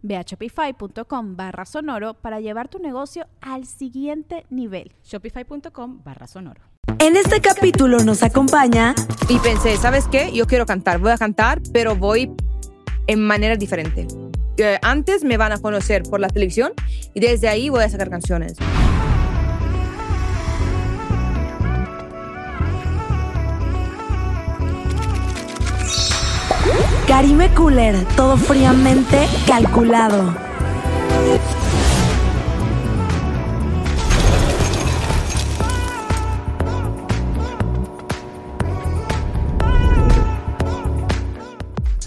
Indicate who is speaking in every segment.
Speaker 1: Ve a shopify.com barra sonoro para llevar tu negocio al siguiente nivel.
Speaker 2: Shopify.com barra sonoro.
Speaker 3: En este capítulo nos acompaña
Speaker 4: Y pensé, ¿sabes qué? Yo quiero cantar, voy a cantar, pero voy en manera diferente. Eh, antes me van a conocer por la televisión y desde ahí voy a sacar canciones.
Speaker 3: Karime Cooler, todo fríamente calculado.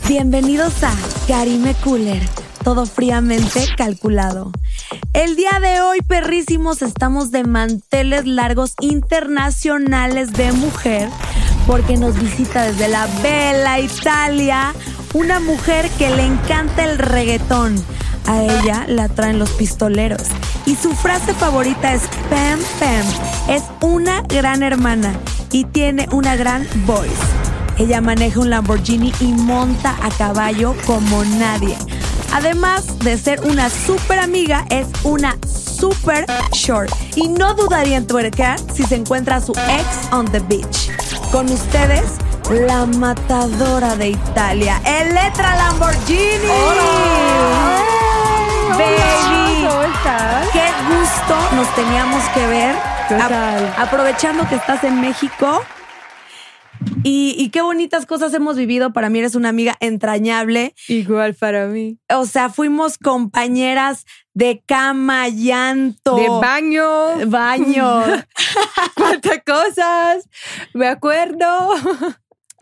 Speaker 3: Bienvenidos a Karime Cooler, todo fríamente calculado. El día de hoy, perrísimos, estamos de manteles largos internacionales de mujer porque nos visita desde la Bella Italia una mujer que le encanta el reggaetón. A ella la traen los pistoleros. Y su frase favorita es Pam Pam. Es una gran hermana y tiene una gran voz. Ella maneja un Lamborghini y monta a caballo como nadie. Además de ser una super amiga, es una super short. Y no dudaría en tuercar si se encuentra a su ex on the beach. Con ustedes, la matadora de Italia, Eletra Lamborghini.
Speaker 4: Hola.
Speaker 3: Baby.
Speaker 4: ¿Cómo estás?
Speaker 3: Qué gusto nos teníamos que ver.
Speaker 4: Total.
Speaker 3: Ap- aprovechando que estás en México. Y, y qué bonitas cosas hemos vivido. Para mí eres una amiga entrañable.
Speaker 4: Igual para mí.
Speaker 3: O sea, fuimos compañeras de cama, llanto,
Speaker 4: De baño,
Speaker 3: baño.
Speaker 4: cuántas cosas. Me acuerdo.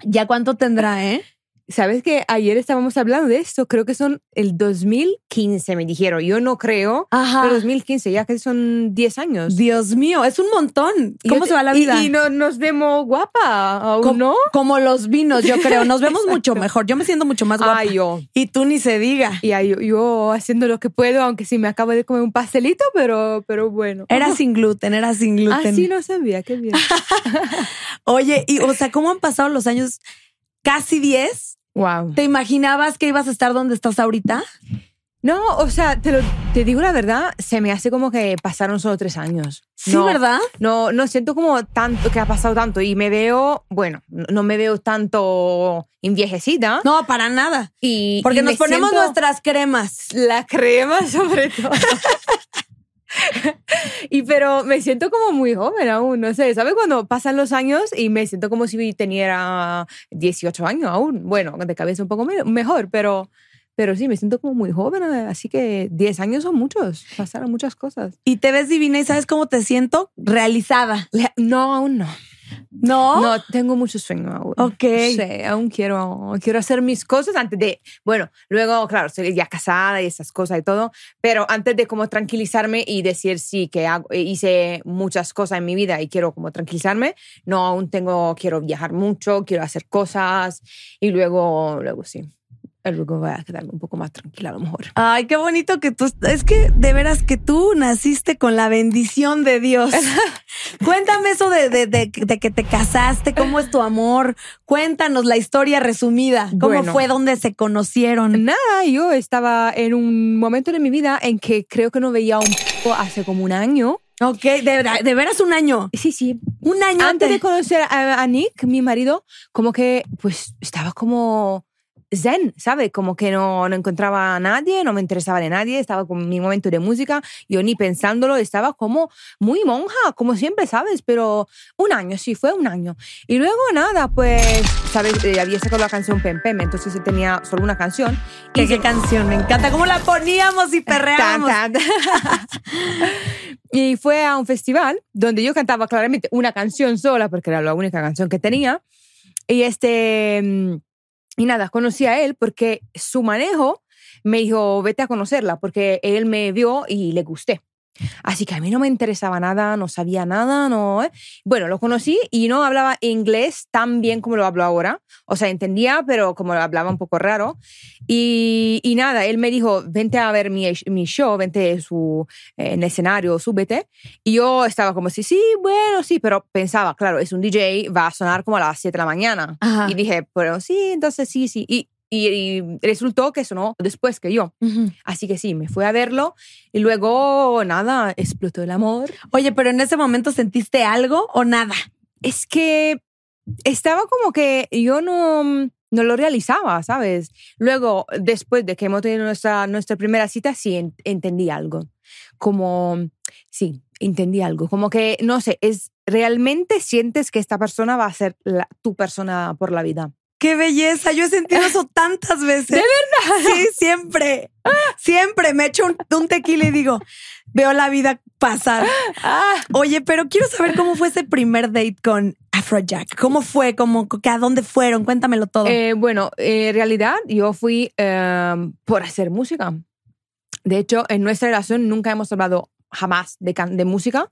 Speaker 3: ¿Ya cuánto tendrá, eh?
Speaker 4: Sabes que ayer estábamos hablando de esto. Creo que son el 2015, me dijeron. Yo no creo.
Speaker 3: Ajá.
Speaker 4: Pero 2015, ya que son 10 años.
Speaker 3: Dios mío, es un montón.
Speaker 4: Y
Speaker 3: ¿Cómo
Speaker 4: yo-
Speaker 3: se va la
Speaker 4: y-
Speaker 3: vida?
Speaker 4: Y, no, nos vemos guapa,
Speaker 3: Co-
Speaker 4: ¿aún no?
Speaker 3: Como los vinos, yo creo. Nos vemos mucho mejor. Yo me siento mucho más guapa.
Speaker 4: Ay, yo.
Speaker 3: Y tú ni se diga.
Speaker 4: Y ahí yo, yo haciendo lo que puedo, aunque sí me acabo de comer un pastelito, pero, pero bueno.
Speaker 3: Era sin gluten, era sin gluten.
Speaker 4: Así no sabía, qué bien.
Speaker 3: Oye, y o sea, ¿cómo han pasado los años? Casi 10.
Speaker 4: wow.
Speaker 3: ¿Te imaginabas que ibas a estar donde estás ahorita?
Speaker 4: No, o sea, te, lo- te digo la verdad, se me hace como que pasaron solo tres años.
Speaker 3: Sí,
Speaker 4: No,
Speaker 3: ¿verdad?
Speaker 4: No, no siento como tanto que ha pasado tanto y me veo, bueno, no no me veo tanto enviejecida.
Speaker 3: No, para nada.
Speaker 4: Y,
Speaker 3: Porque
Speaker 4: y
Speaker 3: nos
Speaker 4: me
Speaker 3: ponemos
Speaker 4: siento-
Speaker 3: nuestras cremas.
Speaker 4: La crema sobre todo. y pero me siento como muy joven aún, no sé, ¿sabes? Cuando pasan los años y me siento como si tuviera 18 años aún. Bueno, de cabeza un poco me- mejor, pero, pero sí, me siento como muy joven, eh, así que 10 años son muchos, pasaron muchas cosas.
Speaker 3: Y te ves divina y sabes cómo te siento realizada.
Speaker 4: Le- No, aún no.
Speaker 3: No,
Speaker 4: No, tengo mucho sueño aún.
Speaker 3: Ok.
Speaker 4: Sí, aún quiero, quiero hacer mis cosas antes de, bueno, luego, claro, estoy ya casada y esas cosas y todo, pero antes de como tranquilizarme y decir sí, que hago- eh, hice muchas cosas en mi vida y quiero como tranquilizarme, no, aún tengo, quiero viajar mucho, quiero hacer cosas y luego, luego sí, luego voy a quedarme un poco más tranquila a lo mejor.
Speaker 3: Ay, qué bonito que tú. Es que de veras que tú naciste con la bendición de Dios. Cuéntame eso de, de- de- de que te casaste, cómo es tu amor. Cuéntanos la historia resumida. ¿Cómo
Speaker 4: Bueno.
Speaker 3: fue donde se conocieron?
Speaker 4: Nada, yo estaba en un momento de mi vida en que creo que no veía a un poco hace como un año.
Speaker 3: Ok, de, vera- de veras un año.
Speaker 4: Sí, sí,
Speaker 3: Un año
Speaker 4: antes
Speaker 3: antes.
Speaker 4: de conocer a, a Nick, mi marido, como que pues estaba como zen, ¿sabes? Como que no, no encontraba a nadie, no me interesaba de nadie, estaba con mi momento de música, yo ni pensándolo, estaba como muy monja, como siempre, ¿sabes? Pero un año, sí, fue un año. Y luego nada, pues, ¿sabes? Eh, había sacado la canción Pem Pem, entonces tenía solo una canción.
Speaker 3: ¿Qué, qué canción, me encanta. ¿Cómo la poníamos y perreábamos?
Speaker 4: Tan, tan. y fue a un festival donde yo cantaba claramente una canción sola, porque era la única canción que tenía. Y este. mm, Y nada, conocí a él porque su manejo me dijo, vete a conocerla, porque él me vio y le gusté. Así que a mí no me interesaba nada, no sabía nada, no. ¿eh? Bueno, lo conocí y no hablaba inglés tan bien como lo hablo ahora. O sea, entendía, pero como lo hablaba un poco raro. Y, y nada, él me dijo, vente a ver mi, mi show, vente su, eh, en el escenario, súbete. Y yo estaba como, sí, sí, bueno, sí, pero pensaba, claro, es un DJ, va a sonar como a las 7 de la mañana.
Speaker 3: Ajá.
Speaker 4: Y dije, pero sí, entonces sí, sí. Y, y- y resultó que sonó después que yo.
Speaker 3: Ujú.
Speaker 4: Así que sí, me fui a verlo y luego, nada, explotó el amor.
Speaker 3: Oye, pero en ese momento sentiste algo o nada.
Speaker 4: Es que estaba como que yo no, mm, no lo realizaba, ¿sabes? Luego, después de que hemos tenido nuestra, nuestra primera cita, sí en- entendí algo. Como, mm, sí, entendí algo. Como que, no sé, es realmente sientes que esta persona va a ser la- tu persona por la vida.
Speaker 3: Qué belleza, yo he sentido eso tantas veces. ¿De verdad? Sí, siempre. Siempre me echo un, un tequila y digo, veo la vida pasar. Oye, pero quiero saber cómo fue ese primer date con Afrojack. ¿Cómo fue? ¿Cómo, que ¿A dónde fueron? Cuéntamelo todo.
Speaker 4: Eh, bueno, eh, en realidad yo fui em, por hacer música. De hecho, en nuestra relación nunca hemos hablado jamás de, can- de música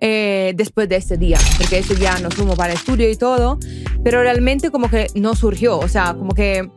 Speaker 4: eh, después de este día, porque ese día nos fuimos para el estudio y todo, pero realmente como que no surgió, o sea, como que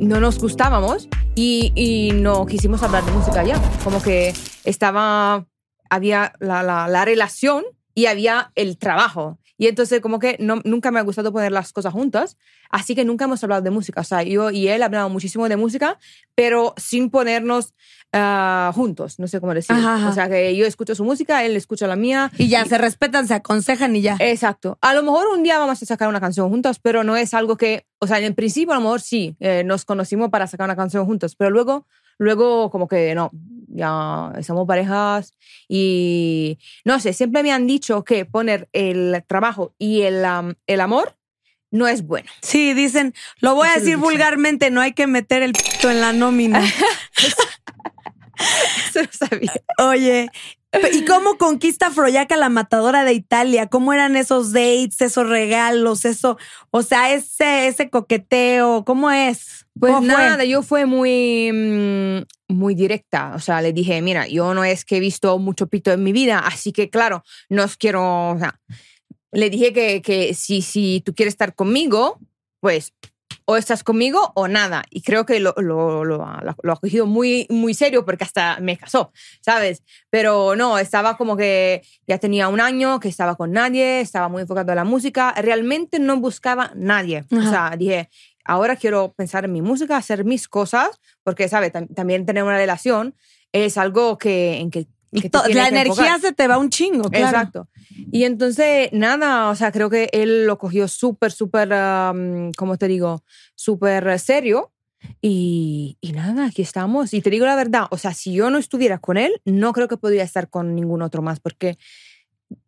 Speaker 4: no nos gustábamos y, y no quisimos hablar de música ya, como que estaba, había la, la- la relación y había el trabajo. Y entonces como que no- nunca me ha gustado poner las cosas juntas, así que nunca hemos hablado de música. O sea, yo y él hablamos muchísimo de música, pero sin ponernos ah, juntos, no sé cómo decir.
Speaker 3: Ajá, ajá.
Speaker 4: O sea, que yo escucho su música, él escucha la mía.
Speaker 3: y Eh, ya se respetan, se aconsejan y ya.
Speaker 4: Exacto. A lo mejor un día vamos a sacar una canción juntos, pero no es algo que, o sea, en el principio a lo mejor sí, eh, nos conocimos para sacar una canción juntos, pero luego, luego como que no, ya somos parejas y no sé, siempre me han dicho que poner el trabajo y el, am, el amor no es bueno.
Speaker 3: Sí, dicen, lo voy a
Speaker 4: Eso lo
Speaker 3: decir
Speaker 4: dicen.
Speaker 3: vulgarmente, no hay que meter el pito en la nómina.
Speaker 4: Eso lo sabía.
Speaker 3: Oye, pe- ¿y cómo conquista Froyaca la matadora de Italia? ¿Cómo eran esos dates, esos regalos, eso? O sea, ese, ese coqueteo, ¿cómo es?
Speaker 4: Pues
Speaker 3: ¿Cómo fue?
Speaker 4: nada, yo fui muy, mm, muy directa. O sea, le dije, mira, yo no es que he visto mucho pito en mi vida, así que claro, no os quiero. o sea, le dije que, que si, si tú quieres estar conmigo, pues o estás conmigo o nada. Y creo que lo, lo, lo ha- lo ha cogido muy, muy serio porque hasta me casó, ¿sabes? Pero no, estaba como que ya tenía un año, que estaba con nadie, estaba muy enfocado a la música. Realmente no buscaba nadie.
Speaker 3: Ajá.
Speaker 4: O sea, dije, ahora quiero pensar en mi música, hacer mis cosas, porque, ¿sabes? Tam- también tener una relación es algo que, en que,
Speaker 3: Y
Speaker 4: que te
Speaker 3: to-
Speaker 4: tienes
Speaker 3: la
Speaker 4: que
Speaker 3: energía
Speaker 4: enfocar.
Speaker 3: se te va un chingo, claro.
Speaker 4: Exacto. Y entonces, nada, o sea, creo que él lo cogió súper, súper, am, ¿cómo te digo? Súper serio. Y, y nada, aquí estamos. Y te digo la verdad, o sea, si yo no estuviera con él, no creo que podría estar con ningún otro más, porque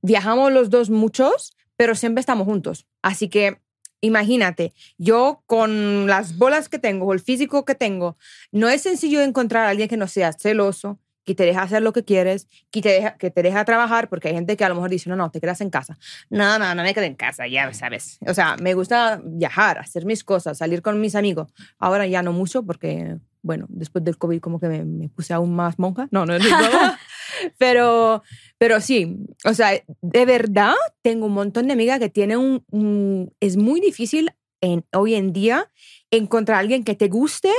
Speaker 4: viajamos los dos muchos, pero siempre estamos juntos. Así que imagínate, yo con las bolas que tengo, o el físico que tengo, no es sencillo encontrar a alguien que no sea celoso, que te deja hacer lo que quieres, que te deja, que te deja trabajar, porque hay gente que a lo mejor dice, no, no, te quedas en casa. No, no, no me quedo en casa, ya sabes. O sea, me gusta viajar, hacer mis cosas, salir con mis amigos. Ahora ya no mucho porque, bueno, después del COVID como que me, me puse aún más monja. No, no, no. pero, pero sí, o sea, de verdad tengo un montón de amigas que tienen un, un- Es muy difícil en, hoy en día encontrar a alguien que te guste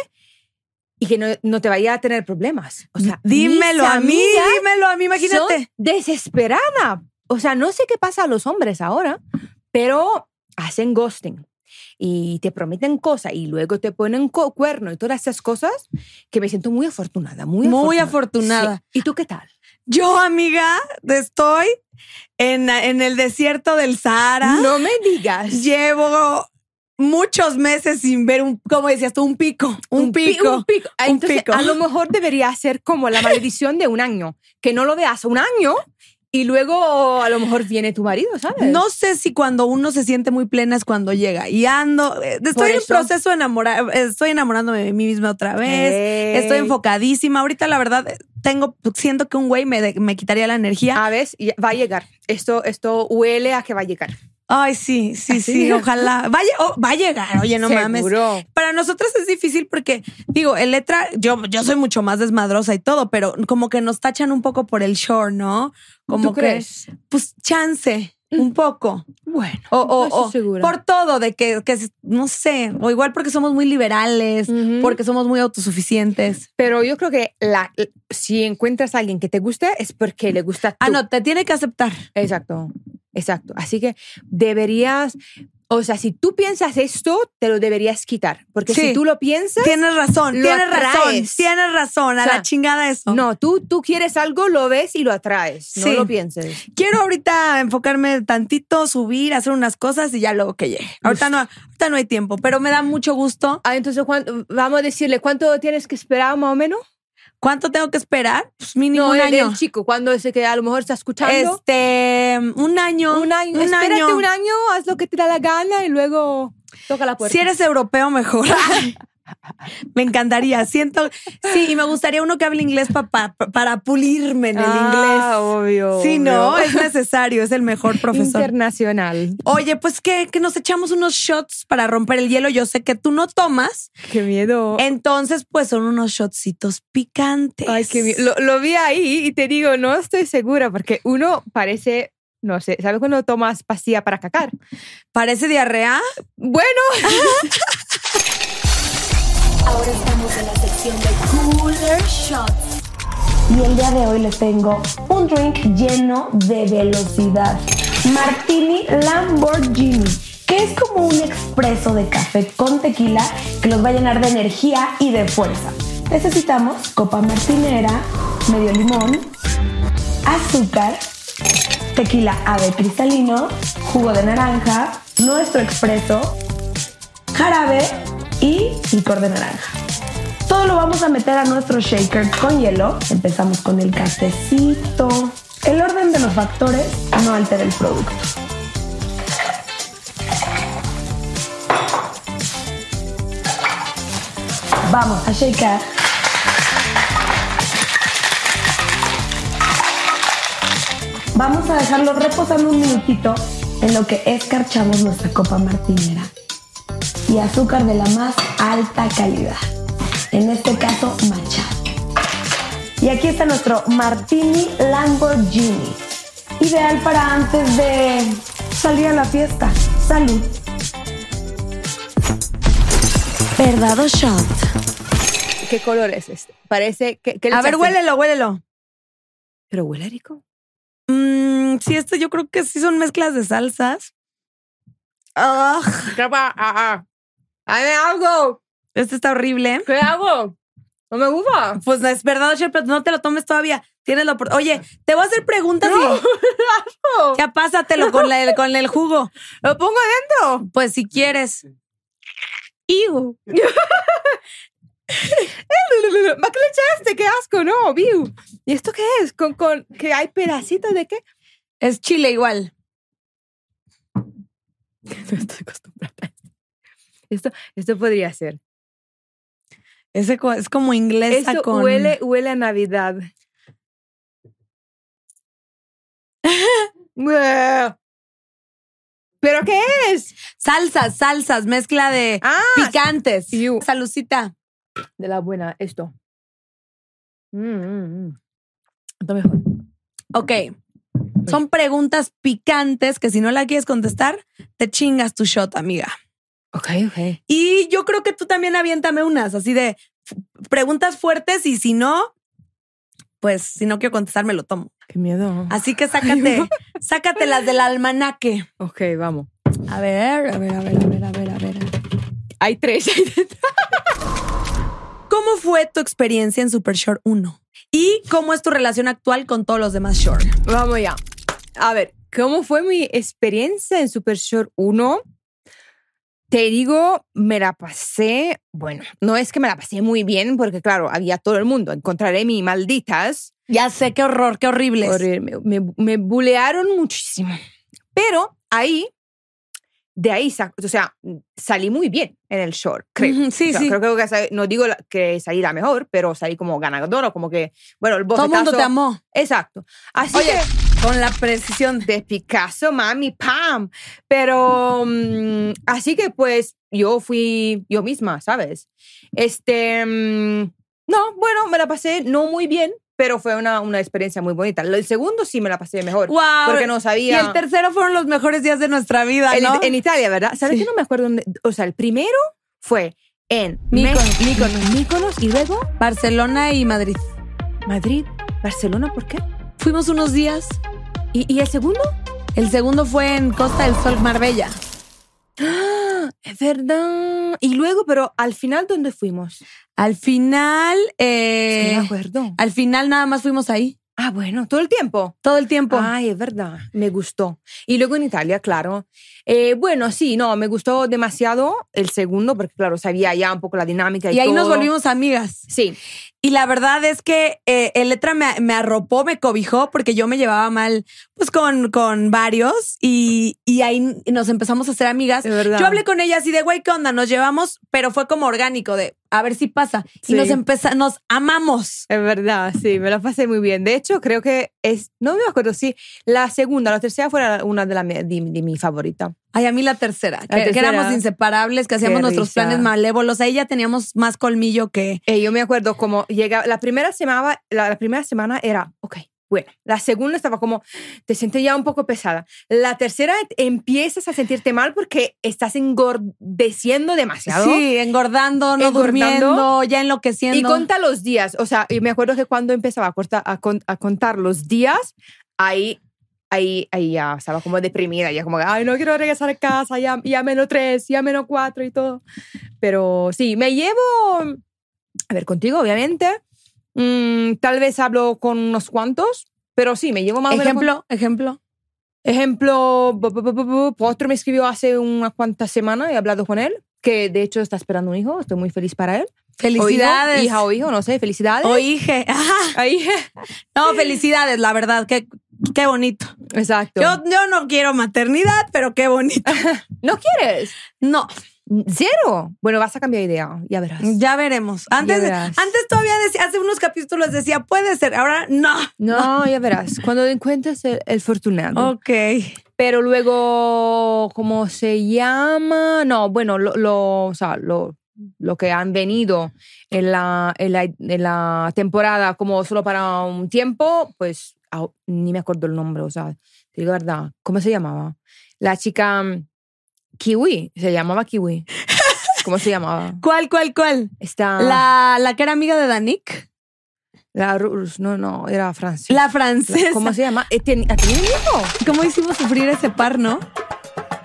Speaker 4: y que no, no te vaya a tener problemas. O sea,
Speaker 3: dímelo
Speaker 4: mis
Speaker 3: a mí,
Speaker 4: amigas
Speaker 3: dímelo a mí, imagínate.
Speaker 4: son desesperada. O sea, no sé qué pasa a los hombres ahora, pero hacen ghosting y te prometen cosas y luego te ponen co- cuerno y todas esas cosas que me siento muy afortunada, muy,
Speaker 3: Muy afortunada.
Speaker 4: Sí. ¿Y tú qué tal?
Speaker 3: Yo, amiga, estoy en, en el desierto del Sahara.
Speaker 4: No me digas.
Speaker 3: Llevo muchos meses sin ver un, como decías tú, un pico. Un,
Speaker 4: pi-
Speaker 3: pico.
Speaker 4: un pico. Ah,
Speaker 3: un
Speaker 4: Entonces,
Speaker 3: pico.
Speaker 4: a lo mejor debería ser como la maldición de un año, que no lo veas un año y luego a lo mejor viene tu marido, ¿sabes?
Speaker 3: No sé si cuando uno se siente muy plena es cuando llega. Y ando, eh, estoy en
Speaker 4: eso.
Speaker 3: proceso de enamorar, eh, estoy enamorándome de mí misma otra vez.
Speaker 4: Ey.
Speaker 3: Estoy enfocadísima. Ahorita la verdad eh, tengo, siento que un güey me, de- me quitaría la energía.
Speaker 4: A veces Ah, y va a llegar. Esto, esto huele a que va a llegar.
Speaker 3: Ay, sí, sí,
Speaker 4: Así.
Speaker 3: sí, ojalá. Vaya, oh, va a llegar, oye, no mames.
Speaker 4: ¿Ah, Seguro.
Speaker 3: Para nosotras es difícil porque, digo, en letra, yo, yo soy mucho más desmadrosa y todo, pero como que nos tachan un poco por el short, ¿no? Como
Speaker 4: ¿Tú
Speaker 3: que,
Speaker 4: crees? Mm.
Speaker 3: Pues chance, un poco.
Speaker 4: Bueno,
Speaker 3: O, o-
Speaker 4: eso
Speaker 3: o
Speaker 4: seguro.
Speaker 3: por todo, de que, que, no sé, o igual porque somos muy liberales,
Speaker 4: Ujú.
Speaker 3: porque somos muy autosuficientes.
Speaker 4: Pero yo creo que la, si encuentras a alguien que te guste es porque le gusta
Speaker 3: Ah,
Speaker 4: tú.
Speaker 3: no, te tiene que aceptar.
Speaker 4: Exacto, exacto. Así que deberías, o sea, si tú piensas esto, te lo deberías quitar. Porque
Speaker 3: Sí.
Speaker 4: si tú lo piensas,
Speaker 3: Tienes razón,
Speaker 4: Lo
Speaker 3: tienes razón,
Speaker 4: atraes.
Speaker 3: tienes razón, a
Speaker 4: O sea,
Speaker 3: la chingada eso.
Speaker 4: no, tú, tú quieres algo, lo ves y lo atraes. No
Speaker 3: Sí.
Speaker 4: lo pienses.
Speaker 3: Quiero ahorita enfocarme tantito, subir, hacer unas cosas y ya luego que llegue. Ahorita no, ahorita no hay tiempo, pero me da mucho gusto.
Speaker 4: Ah, entonces, ¿cuán- vamos a decirle, ¿cuánto tienes que esperar más o menos?
Speaker 3: ¿Cuánto tengo que esperar? Pues mínimo
Speaker 4: No,
Speaker 3: un
Speaker 4: el,
Speaker 3: año.
Speaker 4: el chico, cuando ese que a lo mejor está escuchando.
Speaker 3: Este, un año.
Speaker 4: un año.
Speaker 3: Un
Speaker 4: Espérate
Speaker 3: año.
Speaker 4: un año, haz lo que te da la gana y luego toca la puerta.
Speaker 3: Si eres europeo, mejor. me encantaría. Siento. Sí, y me gustaría uno que hable inglés pa- pa- para pulirme en el
Speaker 4: Ah, obvio.
Speaker 3: inglés. Sí, no,
Speaker 4: obvio.
Speaker 3: es necesario. Es el mejor profesor.
Speaker 4: Internacional.
Speaker 3: Oye, pues que, que nos echamos unos shots para romper el hielo. Yo sé que tú no tomas.
Speaker 4: Qué miedo.
Speaker 3: Entonces, pues son unos shotcitos picantes.
Speaker 4: Ay, qué miedo. Lo, lo vi ahí y te digo, no estoy segura, porque uno parece, no sé, ¿sabes cuando tomas pastilla para cacar?
Speaker 3: Parece diarrea.
Speaker 4: Bueno,
Speaker 5: Ahora estamos en la sección de Cooler Shots.
Speaker 3: Y el día de hoy les tengo un drink lleno de velocidad. Martini Lamborghini, que es como un expreso de café con tequila que los va a llenar de energía y de fuerza. Necesitamos copa martinera, medio limón, azúcar, tequila ave cristalino, jugo de naranja, nuestro expreso, jarabe y licor de naranja. Todo lo vamos a meter a nuestro shaker con hielo. Empezamos con el cafecito. El orden de los factores no altera el producto. Vamos a shakear. Vamos a dejarlo reposando un minutito en lo que escarchamos nuestra copa martinera y azúcar de la más alta calidad. En este caso, matcha. Y aquí está nuestro Martini Lamborghini. Ideal para antes de salir a la fiesta. Salud.
Speaker 5: Verdado Shot.
Speaker 4: ¿qué color es este? Parece que... que le echaste?
Speaker 3: huélelo.
Speaker 4: Pero huele rico.
Speaker 3: Mm, sí, esto yo creo que sí son mezclas de salsas.
Speaker 4: Capa, ah, ah. Hazme algo.
Speaker 3: este está horrible.
Speaker 4: ¿Qué hago? No me gusta.
Speaker 3: Pues es verdad, Cher, pero no te lo tomes todavía. Tienes la opor- Oye, te voy a hacer preguntas. y- Ya pásatelo con, la- el, con el jugo.
Speaker 4: ¿Lo pongo adentro?
Speaker 3: Pues si quieres. Iu.
Speaker 4: ¿Para qué le echaste? ¡Qué asco! No, Biu. ¿Y esto qué es? ¿Con, con, ¿Que hay pedacitos de qué?
Speaker 3: Es chile igual.
Speaker 4: No estoy acostumbrada a esto. Esto, esto podría ser.
Speaker 3: Ese co- es como inglés
Speaker 4: Esto
Speaker 3: con...
Speaker 4: huele, huele a Navidad. Buah. ¿Pero qué es?
Speaker 3: Salsas, salsas, mezcla de
Speaker 4: Ah,
Speaker 3: picantes.
Speaker 4: Iu.
Speaker 3: Salucita.
Speaker 4: de la buena, esto. Mm, mm, mm. Está mejor.
Speaker 3: Ok. Son preguntas picantes que si no la quieres contestar, te chingas tu shot, amiga.
Speaker 4: Ok, ok.
Speaker 3: Y yo creo que tú también aviéntame unas, así de f- preguntas fuertes y si no, pues si no quiero contestar, me lo tomo.
Speaker 4: Qué miedo.
Speaker 3: Así que sácate, sácate las del almanaque.
Speaker 4: Ok, vamos.
Speaker 3: A ver, a ver, a ver, a ver, a ver, a ver.
Speaker 4: Hay tres ahí dentro.
Speaker 3: ¿Cómo fue tu experiencia en Super Short 1? ¿Y cómo es tu relación actual con todos los demás short?
Speaker 4: Vamos ya. A ver, ¿cómo fue mi experiencia en Super Short 1? Te digo, me la pasé, bueno, no es que me la pasé muy bien, porque claro, había todo el mundo. Encontraré mi malditas.
Speaker 3: Ya sé, qué horror, qué horribles.
Speaker 4: Horrible, Me, me, me bulearon muchísimo. Pero ahí, de ahí, sa- o sea, salí muy bien en el short, creo.
Speaker 3: Ujú, sí,
Speaker 4: O sea,
Speaker 3: sí.
Speaker 4: Creo, creo que sa- no digo la- que salí la mejor, pero salí como ganadora, como que, bueno, el
Speaker 3: Todo el mundo
Speaker 4: bofetazo-
Speaker 3: te amó.
Speaker 4: Exacto. Así
Speaker 3: Oye,
Speaker 4: que
Speaker 3: con la precisión.
Speaker 4: de Picasso, mami, pam. Pero mm, así que pues yo fui yo misma, ¿sabes? Este, mm, no, bueno, me la pasé no muy bien, pero fue una, una experiencia muy bonita. El segundo sí me la pasé mejor.
Speaker 3: Wow.
Speaker 4: Porque no
Speaker 3: Y
Speaker 4: sabía.
Speaker 3: el tercero fueron los mejores días de nuestra vida,
Speaker 4: en,
Speaker 3: ¿no?
Speaker 4: en Italia, ¿verdad? ¿Sabes
Speaker 3: Sí.
Speaker 4: que no me acuerdo dónde? O sea, el primero fue en
Speaker 3: Míconos,
Speaker 4: Mex-
Speaker 3: Míconos.
Speaker 4: Míconos y luego
Speaker 3: Barcelona y Madrid.
Speaker 4: Madrid, Barcelona, ¿por qué?
Speaker 3: Fuimos unos días.
Speaker 4: ¿Y, y el segundo?
Speaker 3: El segundo fue en Costa del Sol, Marbella.
Speaker 4: Es verdad. Y luego, pero al final, ¿dónde fuimos?
Speaker 3: Al final, eh,
Speaker 4: Es que no me acuerdo.
Speaker 3: al final nada más fuimos ahí
Speaker 4: Ah, bueno, todo el tiempo.
Speaker 3: todo el tiempo.
Speaker 4: Ay, es verdad, me gustó. Y luego en Italia, claro. Eh, bueno, sí, no, me gustó demasiado el segundo, porque claro, sabía ya un poco la dinámica. Y,
Speaker 3: y ahí nos
Speaker 4: todo.
Speaker 3: volvimos amigas.
Speaker 4: Sí,
Speaker 3: Y la verdad es que eh, el letra me, me arropó, me cobijó, porque yo me llevaba mal pues con, con varios y, y ahí nos empezamos a hacer amigas.
Speaker 4: es verdad.
Speaker 3: Yo hablé con ella así de, güey, ¿qué onda? Nos llevamos, pero fue como orgánico de, a ver si pasa.
Speaker 4: Sí.
Speaker 3: Y nos empezamos, nos amamos.
Speaker 4: Es verdad, sí, me la pasé muy bien. De hecho, creo que es, no me acuerdo si la segunda, la tercera fue la- una de, la, mi- de, de mi favorita.
Speaker 3: Ay, a mí la tercera, que, que
Speaker 4: tercera.
Speaker 3: éramos inseparables, que hacíamos
Speaker 4: Qué
Speaker 3: nuestros
Speaker 4: risa.
Speaker 3: planes malévolos. Ahí ya teníamos más colmillo que...
Speaker 4: Eh, yo me acuerdo como llegaba, la primera semana, la, la primera semana era, ok, bueno, la segunda estaba como, te sientes ya un poco pesada. La tercera empiezas a sentirte mal porque estás engordeciendo demasiado.
Speaker 3: Sí, engordando, no
Speaker 4: Engordando.
Speaker 3: durmiendo, ya enloqueciendo.
Speaker 4: Y conta los días, o sea, y me acuerdo que cuando empezaba a, corta- a, con- a contar los días, ahí, ahí, ahí ya estaba como deprimida, ya como, ay, no quiero regresar a casa, ya, ya menos tres, ya menos cuatro y todo. Pero sí, me llevo, a ver, contigo, obviamente, Mm, tal vez hablo con unos cuantos, pero sí, me llevo más o menos con-
Speaker 3: Ejemplo, ejemplo.
Speaker 4: Ejemplo, bu- bu- bu- bu- bu- bu- otro me escribió hace unas cuantas semanas, he hablado con él, que de hecho está esperando un hijo, estoy muy feliz para él. O hijo,
Speaker 3: Felicidades.
Speaker 4: hija o hijo, no sé, felicidades.
Speaker 3: O hije. Ajá.
Speaker 4: Ahí.
Speaker 3: No, felicidades, la verdad, qué, qué bonito.
Speaker 4: Exacto.
Speaker 3: Yo, yo no quiero maternidad, pero qué bonito.
Speaker 4: ¿No quieres?
Speaker 3: No,
Speaker 4: Cero. Bueno, vas a cambiar de idea, ya verás.
Speaker 3: ya veremos. Antes,
Speaker 4: Ya verás.
Speaker 3: antes todavía decía, hace unos capítulos decía, puede ser, ahora no.
Speaker 4: No, ya verás. Cuando encuentres el, el fortunado.
Speaker 3: Ok.
Speaker 4: Pero luego, ¿cómo se llama? No, bueno, lo, lo- o sea, lo, lo que han venido en la, en, la, en la temporada como solo para un tiempo, pues au- ni me acuerdo el nombre, o sea, te digo la verdad, ¿cómo se llamaba? La chica mm, Kiwi, se llamaba Kiwi. ¿Cómo se llamaba?
Speaker 3: ¿Cuál, cuál, cuál?
Speaker 4: Esta...
Speaker 3: La, la que era amiga de Danik,
Speaker 4: La Rus, no, no, era francesa.
Speaker 3: la francesa.
Speaker 4: ¿Cómo se llama? Eh, ten- ¿Ha tenido un hijo?
Speaker 3: ¿Cómo hicimos sufrir ese par, no?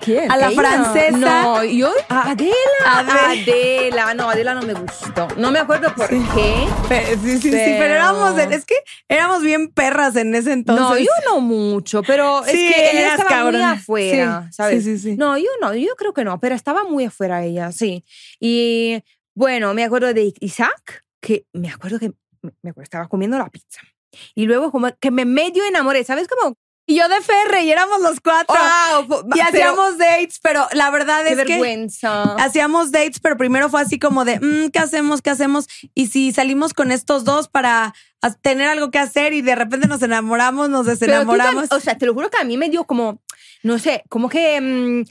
Speaker 4: ¿Quién?
Speaker 3: A la francesa.
Speaker 4: No, yo. a Adela.
Speaker 3: Adela.
Speaker 4: Adela. No, Adela no me gustó. No me acuerdo por qué.
Speaker 3: Pe- Sí, sí, sí,
Speaker 4: Pero-
Speaker 3: pero éramos, de- es que éramos bien perras en ese entonces.
Speaker 4: no, yo no mucho, pero
Speaker 3: Sí,
Speaker 4: es que ella
Speaker 3: eras
Speaker 4: estaba
Speaker 3: cabrona.
Speaker 4: muy afuera,
Speaker 3: Sí,
Speaker 4: ¿sabes?
Speaker 3: sí, sí, sí.
Speaker 4: No, yo no, yo creo que no, pero estaba muy afuera ella, sí. Y bueno, me acuerdo de Isaac, que me acuerdo que me acuerdo, estaba comiendo la pizza. Y luego como que me medio enamoré, ¿sabes? Como...
Speaker 3: Y yo de Ferre, y éramos los
Speaker 4: Oh,
Speaker 3: cuatro.
Speaker 4: wow,
Speaker 3: y
Speaker 4: Ah, pero-
Speaker 3: hacíamos dates, pero la verdad
Speaker 4: Qué
Speaker 3: es que...
Speaker 4: vergüenza.
Speaker 3: hacíamos dates, pero primero fue así como de, "Mm, ¿qué hacemos? ¿Qué hacemos? Y si salimos con estos dos para as- tener algo que hacer y de repente nos enamoramos, nos
Speaker 4: Pero tú tam-
Speaker 3: desenamoramos.
Speaker 4: o sea, te lo juro que a mí me dio como, no sé, como que mm,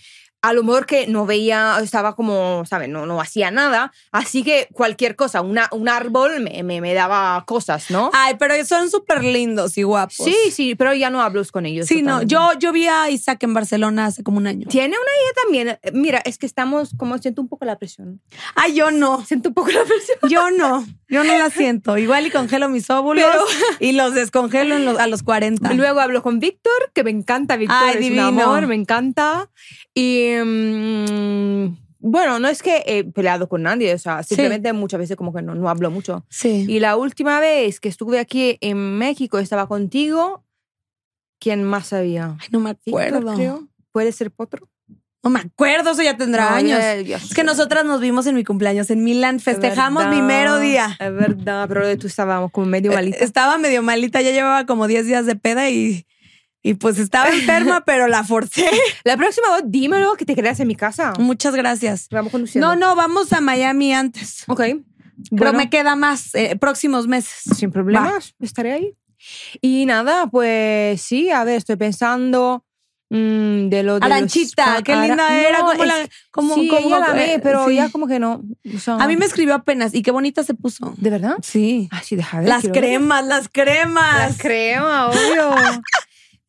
Speaker 4: a lo mejor que no veía, estaba como, ¿sabes? No, no hacía nada. Así que cualquier cosa, una, un árbol me, me, me daba cosas, ¿no?
Speaker 3: Ay, pero son súper lindos y guapos.
Speaker 4: sí, sí, pero ya pues. no hablo con ellos.
Speaker 3: Sí, no,
Speaker 4: totalmente.
Speaker 3: yo, yo vi a Isaac en Barcelona hace como un año.
Speaker 4: Tiene una idea también. eh, Mira, es que estamos, como siento un poco la presión.
Speaker 3: Ay, yo no.
Speaker 4: Siento un poco la presión.
Speaker 3: Yo no, yo no la siento. Igual y congelo mis óvulos
Speaker 4: Pero-
Speaker 3: y los descongelo en los- a los 40.
Speaker 4: Y Luego hablo con Víctor, que me encanta Víctor,
Speaker 3: Ay,
Speaker 4: es
Speaker 3: divino.
Speaker 4: un amor, me encanta. Y mm, bueno, no es que he peleado con nadie, o sea, simplemente muchas veces como que no, no hablo mucho.
Speaker 3: sí.
Speaker 4: Y la última vez que estuve aquí en México, estaba contigo, ¿quién más había?
Speaker 3: Ay, no me
Speaker 4: Víctor,
Speaker 3: acuerdo.
Speaker 4: creo. ¿Puede ser Potro?
Speaker 3: No me acuerdo, eso ya tendrá
Speaker 4: No,
Speaker 3: años.
Speaker 4: ya- ya
Speaker 3: es que nosotras nos vimos en mi cumpleaños en Milán, festejamos mi mero día. Eh,
Speaker 4: Es verdad, pero de tú estábamos como medio malita.
Speaker 3: Estaba medio malita, ya llevaba como 10 días de peda y, y pues estaba enferma, pero la forcé.
Speaker 4: La próxima vez dímelo que te quedas en mi casa.
Speaker 3: Muchas gracias.
Speaker 4: Vamos conduciendo.
Speaker 3: Mm. No, no, vamos a Miami antes.
Speaker 4: Ok.
Speaker 3: Pero
Speaker 4: Bueno,
Speaker 3: me queda más, eh, próximos meses.
Speaker 4: sin problemas, estaré ahí. Y nada, pues sí, a ver, estoy pensando mm, de lo de los
Speaker 3: Aranchita,
Speaker 4: pan-
Speaker 3: qué
Speaker 4: Ah, Ara-
Speaker 3: linda era.
Speaker 4: No,
Speaker 3: como
Speaker 4: es
Speaker 3: la,
Speaker 4: que
Speaker 3: como,
Speaker 4: sí,
Speaker 3: como-
Speaker 4: ella la ve,
Speaker 3: eh,
Speaker 4: pero
Speaker 3: sí.
Speaker 4: ya como que no. o sea,
Speaker 3: A mí me escribió apenas y qué bonita se puso.
Speaker 4: ¿De verdad?
Speaker 3: Sí.
Speaker 4: Ah, sí, deja ver.
Speaker 3: Las
Speaker 4: quiero ver.
Speaker 3: cremas, las cremas.
Speaker 4: Las crema, obvio.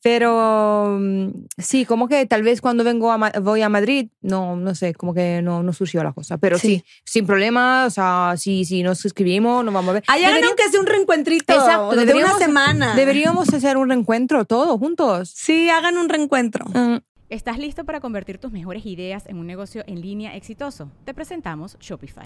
Speaker 4: Pero mm, sí, como que tal vez cuando vengo a Ma- voy a Madrid, no, no sé, como que no, no surgió la cosa. Pero sí, sin problema, o sea, sí, sí, nos escribimos, nos vamos a ver.
Speaker 3: Allá
Speaker 4: Debería-
Speaker 3: que sea un reencuentrito
Speaker 4: Exacto,
Speaker 3: de una
Speaker 4: deberíamos-
Speaker 3: semana.
Speaker 4: Deberíamos hacer un reencuentro todos juntos.
Speaker 3: Sí, hagan un reencuentro.
Speaker 4: Mm,
Speaker 2: ¿Estás listo para convertir tus mejores ideas en un negocio en línea exitoso? Te presentamos Shopify.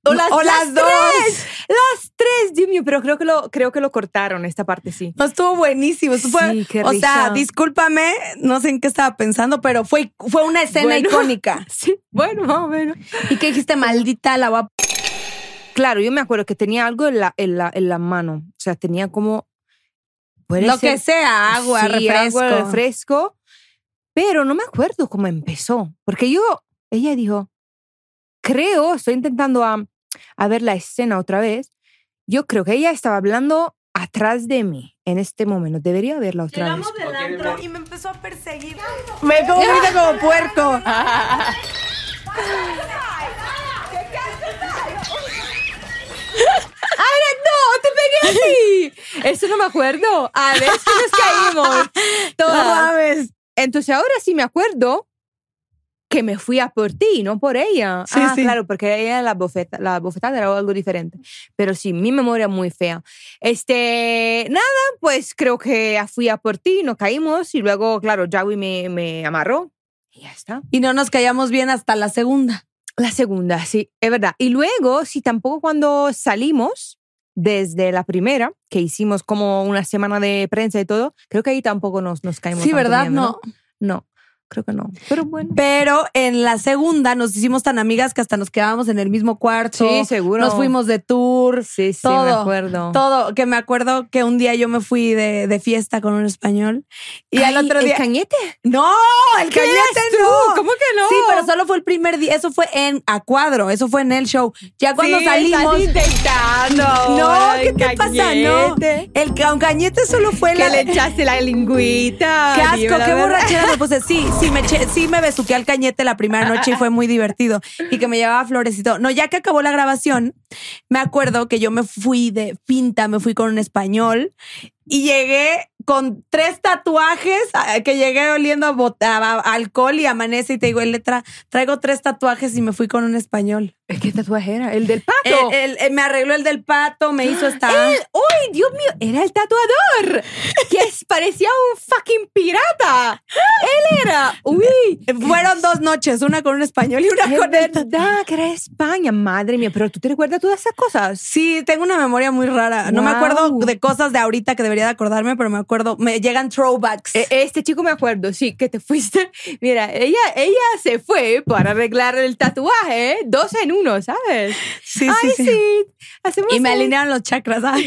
Speaker 3: O las- las dos.
Speaker 4: tres. Las tres, Dios mío, pero creo que lo, creo que lo cortaron esta parte, sí.
Speaker 3: No, estuvo buenísimo. esto fue-
Speaker 4: Sí, qué
Speaker 3: o sea,
Speaker 4: risa.
Speaker 3: discúlpame, no sé en qué estaba pensando, pero fue, fue una escena
Speaker 4: Bueno.
Speaker 3: icónica.
Speaker 4: Sí, bueno, más o menos.
Speaker 3: ¿Y qué dijiste, maldita la guapa?
Speaker 4: Claro, yo me acuerdo que tenía algo en la, en la, en la mano. O sea, tenía como. puede
Speaker 3: Lo
Speaker 4: ser-
Speaker 3: que sea, agua,
Speaker 4: Sí,
Speaker 3: refresco.
Speaker 4: agua, refresco. Pero no me acuerdo cómo empezó. Porque yo, ella dijo, creo, estoy intentando a, a ver la escena otra vez. Yo creo que ella estaba hablando atrás de mí en este momento. Debería verla otra vez.
Speaker 3: del antro y me empezó a perseguir. Me como grita como puerco.
Speaker 4: ¡No, te pegué a ti! Eso no me acuerdo. A ver, es que nos caímos.
Speaker 3: No
Speaker 4: Todas.
Speaker 3: mames.
Speaker 4: entonces ahora sí me acuerdo que me fui a por ti, no por ella.
Speaker 3: Sí,
Speaker 4: ah,
Speaker 3: sí.
Speaker 4: claro, porque ella la bofeta, la bofetada era algo diferente. Pero sí, mi memoria es muy fea. Este, nada, pues creo que fui a por ti, nos caímos y luego, claro, Jawi me, me amarró y ya está.
Speaker 3: Y no nos callamos bien hasta la segunda.
Speaker 4: La segunda, sí, es verdad. Y luego, sí, tampoco cuando salimos desde la primera, que hicimos como una semana de prensa y todo, creo que ahí tampoco nos, nos caímos.
Speaker 3: Sí,
Speaker 4: tanto
Speaker 3: ¿verdad?
Speaker 4: bien,
Speaker 3: No.
Speaker 4: No, creo que no. Pero bueno.
Speaker 3: Pero en la segunda nos hicimos tan amigas que hasta nos quedábamos en el mismo cuarto.
Speaker 4: Sí, seguro.
Speaker 3: Nos fuimos de tour.
Speaker 4: Sí, sí,
Speaker 3: todo,
Speaker 4: me acuerdo.
Speaker 3: Todo. Que me acuerdo que un día yo me fui de, de fiesta con un español y al
Speaker 4: Ay,
Speaker 3: otro día.
Speaker 4: ¿El cañete?
Speaker 3: no, el
Speaker 4: ¿Qué
Speaker 3: cañete
Speaker 4: eres tú?
Speaker 3: no.
Speaker 4: ¿Cómo que no?
Speaker 3: Sí, pero solo fue el primer día. Eso fue en a cuadro. Eso fue en el show. Ya cuando
Speaker 4: Sí,
Speaker 3: salimos.
Speaker 4: estás intentando.
Speaker 3: No,
Speaker 4: el
Speaker 3: ¿qué te pasa? No.
Speaker 4: cañete.
Speaker 3: El ca- un cañete solo fue
Speaker 4: Que
Speaker 3: la.
Speaker 4: le echaste la lingüita.
Speaker 3: Qué
Speaker 4: dime
Speaker 3: asco,
Speaker 4: la
Speaker 3: qué
Speaker 4: verdad.
Speaker 3: borrachera me puse. Sí, sí me, eché- sí me besuqué al cañete la primera noche y fue muy divertido. Y que me llevaba florecito. No, ya que acabó la grabación, me acuerdo que yo me fui de pinta, me fui con un español y llegué con tres tatuajes ah, que llegué oliendo a, bot- a- a alcohol y amanece y te digo, letra, traigo tres tatuajes y me fui con un español.
Speaker 4: ¿Qué tatuaje era? ¿El del pato?
Speaker 3: El- el- el- me arregló el del pato, me hizo esta...
Speaker 4: ¡Él! ¡Uy, Dios mío! Era el tatuador. Que es- parecía un fucking pirata. Él era. Uy.
Speaker 3: Eh, Fueron dos noches, una con un español y una
Speaker 4: Es
Speaker 3: con el
Speaker 4: verdad que era España, madre mía. Pero tú te recuerdas todas esas cosas.
Speaker 3: Sí, tengo una memoria muy rara. No me
Speaker 4: Guau.
Speaker 3: acuerdo de cosas de ahorita que debería de acordarme, pero me acuerdo. Me llegan throwbacks.
Speaker 4: E- Este chico me acuerdo, sí, que te fuiste. Mira, ella, ella se fue para arreglar el tatuaje, ¿eh? dos en uno, ¿sabes?
Speaker 3: sí,
Speaker 4: Ay, sí. Hacemos
Speaker 3: Y me
Speaker 4: el-
Speaker 3: alinearon los chakras. ¿sabes?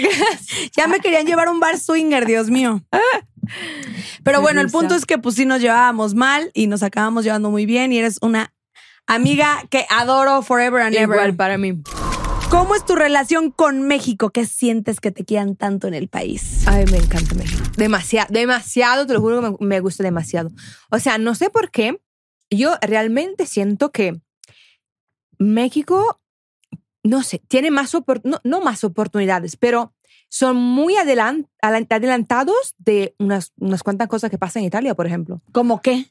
Speaker 3: ya me querían llevar a un bar swinger, Dios mío. Pero
Speaker 4: Qué
Speaker 3: bueno, el
Speaker 4: risa.
Speaker 3: punto es que pues sí nos llevábamos mal y nos acabamos llevando muy bien y eres una amiga que adoro forever and ever.
Speaker 4: Igual para mí.
Speaker 3: ¿Cómo es tu relación con México? ¿Qué sientes que te quieran tanto en el país?
Speaker 4: Ay, me encanta México. Demasiado, demasiado, te lo juro que me, me gusta demasiado. O sea, no sé por qué, yo realmente siento que México, no sé, tiene más, opor- no, no más oportunidades, pero son muy adelan- adelan- adelantados de unas, unas cuantas cosas que pasan en Italia, por ejemplo.
Speaker 3: ¿Cómo qué?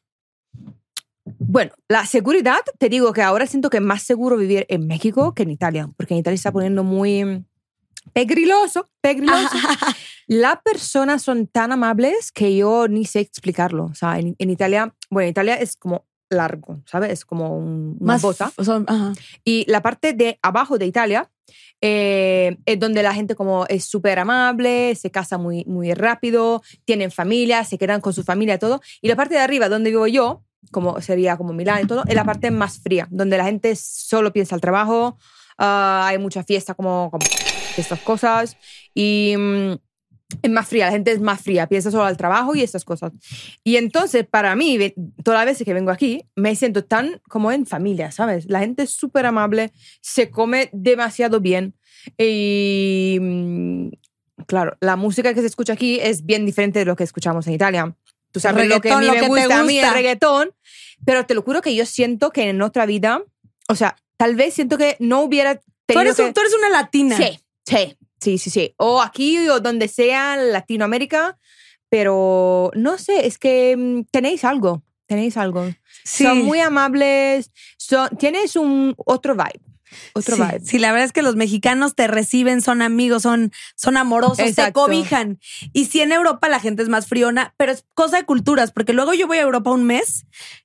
Speaker 4: Bueno, la seguridad, te digo que ahora siento que es más seguro vivir en México que en Italia, porque en Italia se está poniendo muy mm, pegriloso, pegriloso. Las personas son tan amables que yo ni sé explicarlo. O sea, en, en Italia, bueno, en Italia es como largo, ¿sabes? Es como un- una
Speaker 3: Más
Speaker 4: bota.
Speaker 3: son- ah? ajá.
Speaker 4: Y la parte de abajo de Italia eh, es donde la gente como es súper amable, se casa muy, muy rápido, tienen familia, se quedan con su familia y todo. Y la parte de arriba, donde vivo yo, como sería como Milán y todo, es la parte más fría, donde la gente solo piensa al trabajo, ah, hay mucha fiesta como, como estas cosas. Y... mm, es más fría, la gente es más fría, piensa solo al trabajo y estas cosas. Y entonces, para mí, ve- todas las veces que vengo aquí, me siento tan como en familia, ¿sabes? La gente es súper amable, se come demasiado bien. Y mm, claro, la música que se escucha aquí es bien diferente de lo que escuchamos en Italia. Tú sabes lo que a
Speaker 3: Reggaetón,
Speaker 4: mí
Speaker 3: lo
Speaker 4: me
Speaker 3: que te
Speaker 4: gusta, a mí
Speaker 3: gusta.
Speaker 4: el reggaetón. Pero te lo juro que yo siento que en otra vida, o sea, tal vez siento que no hubiera
Speaker 3: Tú
Speaker 4: tenido
Speaker 3: eres, un-
Speaker 4: que-
Speaker 3: tú eres una latina.
Speaker 4: Sí, sí, sí, sí, sí. O aquí o donde sea en Latinoamérica, pero no sé, es que mm, tenéis algo, tenéis algo.
Speaker 3: Sí.
Speaker 4: Son muy amables, son, tienes un otro vibe, otro
Speaker 3: sí,
Speaker 4: vibe.
Speaker 3: sí, la verdad es que los mexicanos te reciben, son amigos, son, son amorosos, te
Speaker 4: Exacto.
Speaker 3: cobijan. Y sí, en Europa la gente es más friona, pero es cosa de culturas, porque luego yo voy a Europa un mes,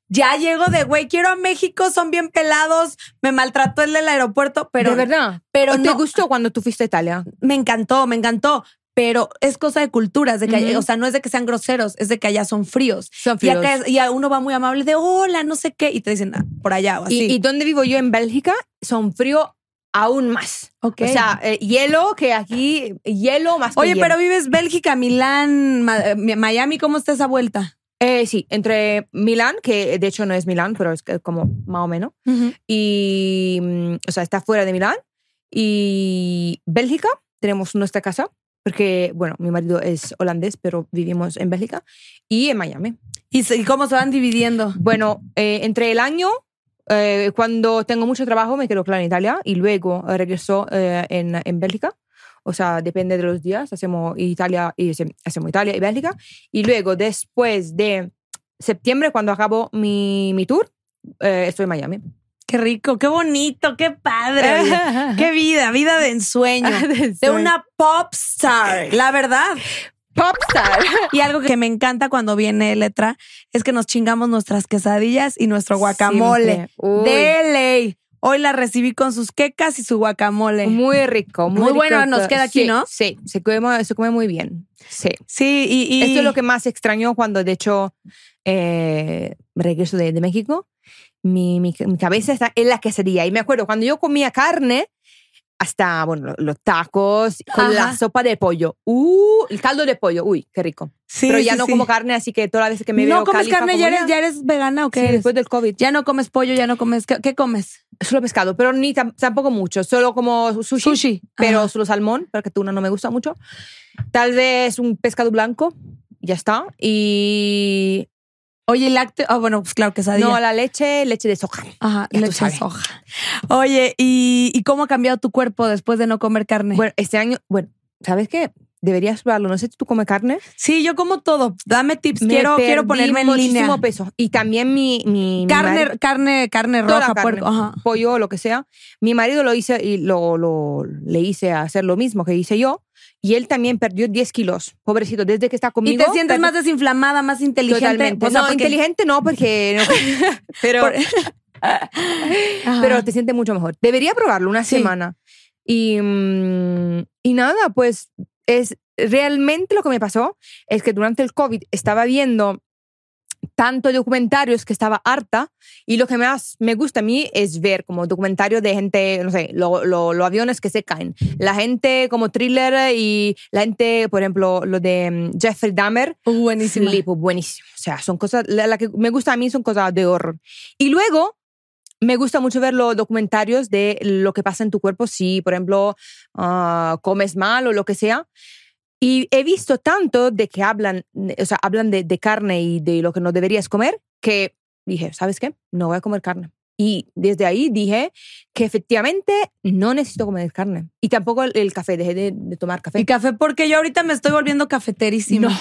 Speaker 3: ya llego de, güey, quiero a México, son bien pelados, me maltrató el del aeropuerto, pero
Speaker 4: de verdad.
Speaker 3: pero
Speaker 4: ¿O ¿Te
Speaker 3: no-
Speaker 4: gustó cuando tú fuiste a Italia?
Speaker 3: me encantó, me encantó. Pero es cosa de culturas, de que,
Speaker 4: Ujú.
Speaker 3: o sea, no es de que sean groseros, es de que allá son fríos.
Speaker 4: Son
Speaker 3: Y, acá es- y a uno va muy amable de hola, no sé qué, y te dicen "Ah, por allá o así.
Speaker 4: Y, y donde vivo yo en Bélgica, son frío aún más.
Speaker 3: Ok.
Speaker 4: O sea, eh, hielo que aquí, hielo más que
Speaker 3: Oye,
Speaker 4: hielo.
Speaker 3: pero vives Bélgica, Milán, Ma- eh, Miami, ¿cómo está esa vuelta?
Speaker 4: Eh, sí, entre Milán, que de hecho no es Milán, pero es que como más o menos. y mm, o sea, está fuera de Milán y Bélgica, tenemos nuestra casa porque bueno, mi marido es holandés, pero vivimos en Bélgica y en Miami.
Speaker 3: ¿Y se- y cómo se van dividiendo?
Speaker 4: Bueno, eh, entre el año eh, cuando tengo mucho trabajo me quedo claro en Italia y luego eh, regreso eh, en, en Bélgica. O sea, depende de los días, hacemos Italia y hacemos Italia y Bélgica y luego después de septiembre, cuando acabo mi, mi tour, eh, estoy en Miami.
Speaker 3: Qué rico, qué bonito, qué padre. oye. qué vida, vida de ensueño. De una pop star, la verdad.
Speaker 4: Popstar.
Speaker 3: Y algo que me encanta cuando viene letra es que nos chingamos nuestras quesadillas y nuestro guacamole.
Speaker 4: Siempre. Uy.
Speaker 3: De ley. Hoy la recibí con sus quecas y su guacamole.
Speaker 4: Muy rico. Muy,
Speaker 3: Muy
Speaker 4: rico
Speaker 3: bueno nos
Speaker 4: todo.
Speaker 3: queda aquí,
Speaker 4: Sí,
Speaker 3: ¿no?
Speaker 4: Sí, se come, se come muy bien. Sí.
Speaker 3: Sí, y, y-
Speaker 4: Esto es lo que más extraño cuando, de hecho, eh, regreso de, de México. Mi, mi, mi cabeza está en la quesadilla. Y me acuerdo, cuando yo comía carne, hasta, bueno, lo- los tacos con la
Speaker 3: Ajá.
Speaker 4: sopa de pollo. ¡Uh! El caldo de pollo. ¡Uy, qué rico!
Speaker 3: Sí,
Speaker 4: Pero ya
Speaker 3: sí,
Speaker 4: no
Speaker 3: sí.
Speaker 4: como carne, así que todas las veces que me veo
Speaker 3: no comes
Speaker 4: califa
Speaker 3: carne,
Speaker 4: como
Speaker 3: ya eres, ya eres vegana o qué?
Speaker 4: Sí,
Speaker 3: eres?
Speaker 4: después del COVID.
Speaker 3: Ya no comes pollo, ya no comes. ¿Qué, qué comes?
Speaker 4: Solo pescado, pero ni tam- tampoco mucho. Solo como sushi.
Speaker 3: Sushi.
Speaker 4: Pero
Speaker 3: Ajá.
Speaker 4: solo salmón, porque tuna no me gusta mucho. Tal vez un pescado blanco. Ya está. Y
Speaker 3: Oye, lácteo. Ah, bueno, pues claro, quesadilla.
Speaker 4: No, la leche, leche de soja.
Speaker 3: Ajá,
Speaker 4: Ya tú
Speaker 3: leche de
Speaker 4: sabes.
Speaker 3: soja. Oye, ¿y, ¿y cómo ha cambiado tu cuerpo después de no comer carne?
Speaker 4: Bueno, este año, bueno, ¿sabes qué? Deberías probarlo. No sé si tú comes carne.
Speaker 3: sí, yo como todo. Dame tips.
Speaker 4: Me
Speaker 3: Quiero, quiero
Speaker 4: perdí
Speaker 3: ponerme en línea.
Speaker 4: muchísimo peso. Y también mi... mi mi
Speaker 3: Carne,
Speaker 4: madre-
Speaker 3: carne, carne
Speaker 4: toda la
Speaker 3: roja,
Speaker 4: carne,
Speaker 3: puerco. Ajá.
Speaker 4: pollo, lo que sea. Mi marido lo hice y lo, lo- le hice hacer lo mismo que hice yo. Y él también perdió 10 kilos. Pobrecito, desde que está conmigo.
Speaker 3: Y te sientes
Speaker 4: perdió-
Speaker 3: más desinflamada, más inteligente.
Speaker 4: Totalmente.
Speaker 3: O sea,
Speaker 4: no,
Speaker 3: porque-
Speaker 4: inteligente no, porque... no- pero,
Speaker 3: Ajá.
Speaker 4: pero te sientes mucho mejor. Debería probarlo una
Speaker 3: Sí.
Speaker 4: semana. Y, mm, y nada, pues es realmente lo que me pasó es que durante el COVID estaba viendo tanto documentarios que estaba harta y lo que más me gusta a mí es ver como documentarios de gente, no sé, lo- lo- los aviones que se caen, la gente como thriller y la gente, por ejemplo, lo de mm, Jeffrey Dahmer,
Speaker 3: Uh, buenísima.
Speaker 4: Sleep, buenísimo. O sea, son cosas, la, la que me gusta a mí son cosas de horror. Y luego, me gusta mucho ver los documentarios de lo que pasa en tu cuerpo si, por ejemplo, ah, comes mal o lo que sea. Y he visto tanto de que hablan, o sea, hablan de, de carne y de lo que no deberías comer, que dije, ¿sabes qué? No voy a comer carne. Y desde ahí dije que efectivamente no necesito comer carne. Y tampoco el, el café, dejé de, de tomar café.
Speaker 3: Y café, porque yo ahorita me estoy volviendo cafeterísima.
Speaker 4: No.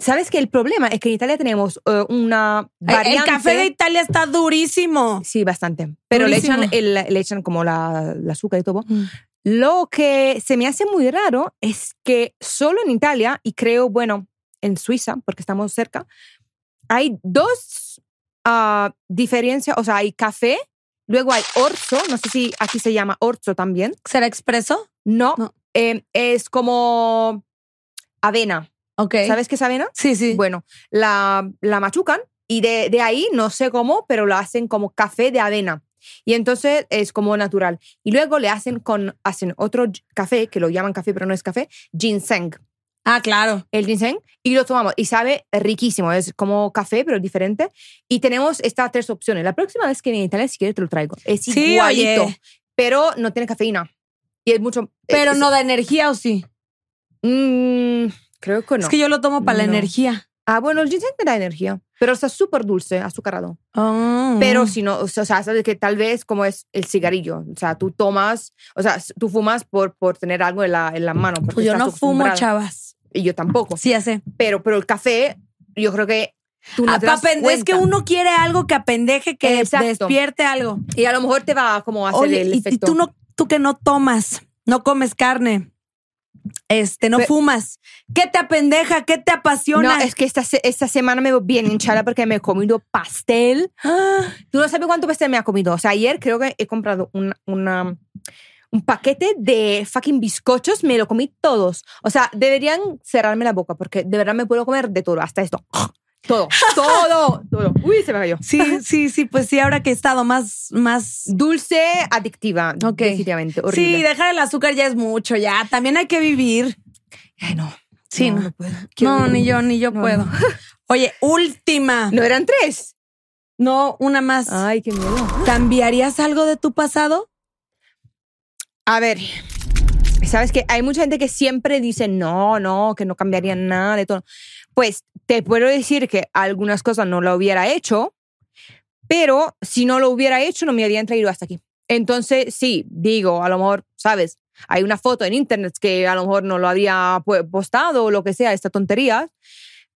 Speaker 4: ¿Sabes que El problema es que en Italia tenemos eh, una
Speaker 3: Ay,
Speaker 4: variante.
Speaker 3: El café de Italia está durísimo.
Speaker 4: Sí, bastante. Pero le
Speaker 3: Durísimo.
Speaker 4: echan, el, le echan como la, la azúcar y todo.
Speaker 3: Mm.
Speaker 4: Lo que se me hace muy raro es que solo en Italia, y creo, bueno, en Suiza, porque estamos cerca, hay dos ah, diferencias. O sea, hay café, luego hay orzo, no sé si aquí se llama orzo también.
Speaker 3: ¿Será expreso?
Speaker 4: No,
Speaker 3: No.
Speaker 4: eh, es como avena.
Speaker 3: Ok.
Speaker 4: ¿Sabes qué es avena?
Speaker 3: Sí, sí.
Speaker 4: Bueno, la, la machucan y de, de ahí, no sé cómo, pero lo hacen como café de avena. Y entonces es como natural. Y luego le hacen con, hacen otro gi- café, que lo llaman café, pero no es café, ginseng.
Speaker 3: Ah, claro.
Speaker 4: El ginseng, y lo tomamos. Y sabe riquísimo, es como café, pero diferente. Y tenemos estas tres opciones. La próxima vez que en Italia, si quieres, te lo traigo. Es
Speaker 3: Sí,
Speaker 4: igualito,
Speaker 3: oye.
Speaker 4: pero no tiene cafeína. Y es mucho... eh,
Speaker 3: Pero
Speaker 4: es-
Speaker 3: no da energía, ¿o sí?
Speaker 4: Mm, creo que no.
Speaker 3: Es que yo lo tomo para la
Speaker 4: No.
Speaker 3: energía.
Speaker 4: Ah, bueno, el ginseng me da energía, pero está súper dulce, azucarado. Pero si no, o sea, sabes que tal vez como es el cigarrillo, o sea, tú tomas, o sea, tú fumas por, por tener algo en la, en la mano. porque
Speaker 3: Pues yo
Speaker 4: estás
Speaker 3: no fumo,
Speaker 4: acostumbrada.
Speaker 3: chavas.
Speaker 4: Y yo tampoco.
Speaker 3: Sí, ya sé.
Speaker 4: Pero, pero el café, yo creo que tú Pues no
Speaker 3: Ah,
Speaker 4: te
Speaker 3: pa'
Speaker 4: das
Speaker 3: pende- es
Speaker 4: cuenta.
Speaker 3: que uno quiere algo que apendeje, que
Speaker 4: Exacto.
Speaker 3: despierte algo.
Speaker 4: Y a lo mejor te va como a hacer
Speaker 3: Oye,
Speaker 4: el
Speaker 3: y- y,
Speaker 4: efecto.
Speaker 3: tú no, tú que no tomas, no comes carne, este, no
Speaker 4: Pe-
Speaker 3: fumas. ¿Qué te apendeja? ¿Qué te
Speaker 4: No,
Speaker 3: apasiona?
Speaker 4: es que esta, se- esta semana me veo bien hinchada porque me he comido pastel.
Speaker 3: Ah,
Speaker 4: Tú no sabes cuánto pastel me ha comido. O sea, ayer creo que he comprado una, una- un paquete de fucking bizcochos. Me lo comí todos. O sea, deberían cerrarme la boca porque de verdad me puedo comer de todo, hasta esto. Todo, todo, todo. Uy, se me cayó.
Speaker 3: sí, sí, sí, pues sí, ahora que he estado más, más.
Speaker 4: Dulce adictiva,
Speaker 3: Ok.
Speaker 4: definitivamente.
Speaker 3: Sí,
Speaker 4: Horrible.
Speaker 3: dejar el azúcar ya es mucho, ya. También hay que vivir.
Speaker 4: Ay, no.
Speaker 3: Sí, no.
Speaker 4: no puedo.
Speaker 3: No,
Speaker 4: Quiero-
Speaker 3: ni yo, ni yo
Speaker 4: No,
Speaker 3: puedo.
Speaker 4: no.
Speaker 3: Oye, última.
Speaker 4: No eran tres.
Speaker 3: No, una más.
Speaker 4: Ay, qué miedo.
Speaker 3: ¿Cambiarías algo de tu pasado?
Speaker 4: A ver, sabes que hay mucha gente que siempre dice no, no, que no cambiaría nada de todo. Pues te puedo decir que algunas cosas no lo hubiera hecho, pero si no lo hubiera hecho no me habrían traído hasta aquí. Entonces, sí, digo, a lo mejor, sabes, hay una foto en internet que a lo mejor no lo habría pu- postado o lo que sea, esta tontería,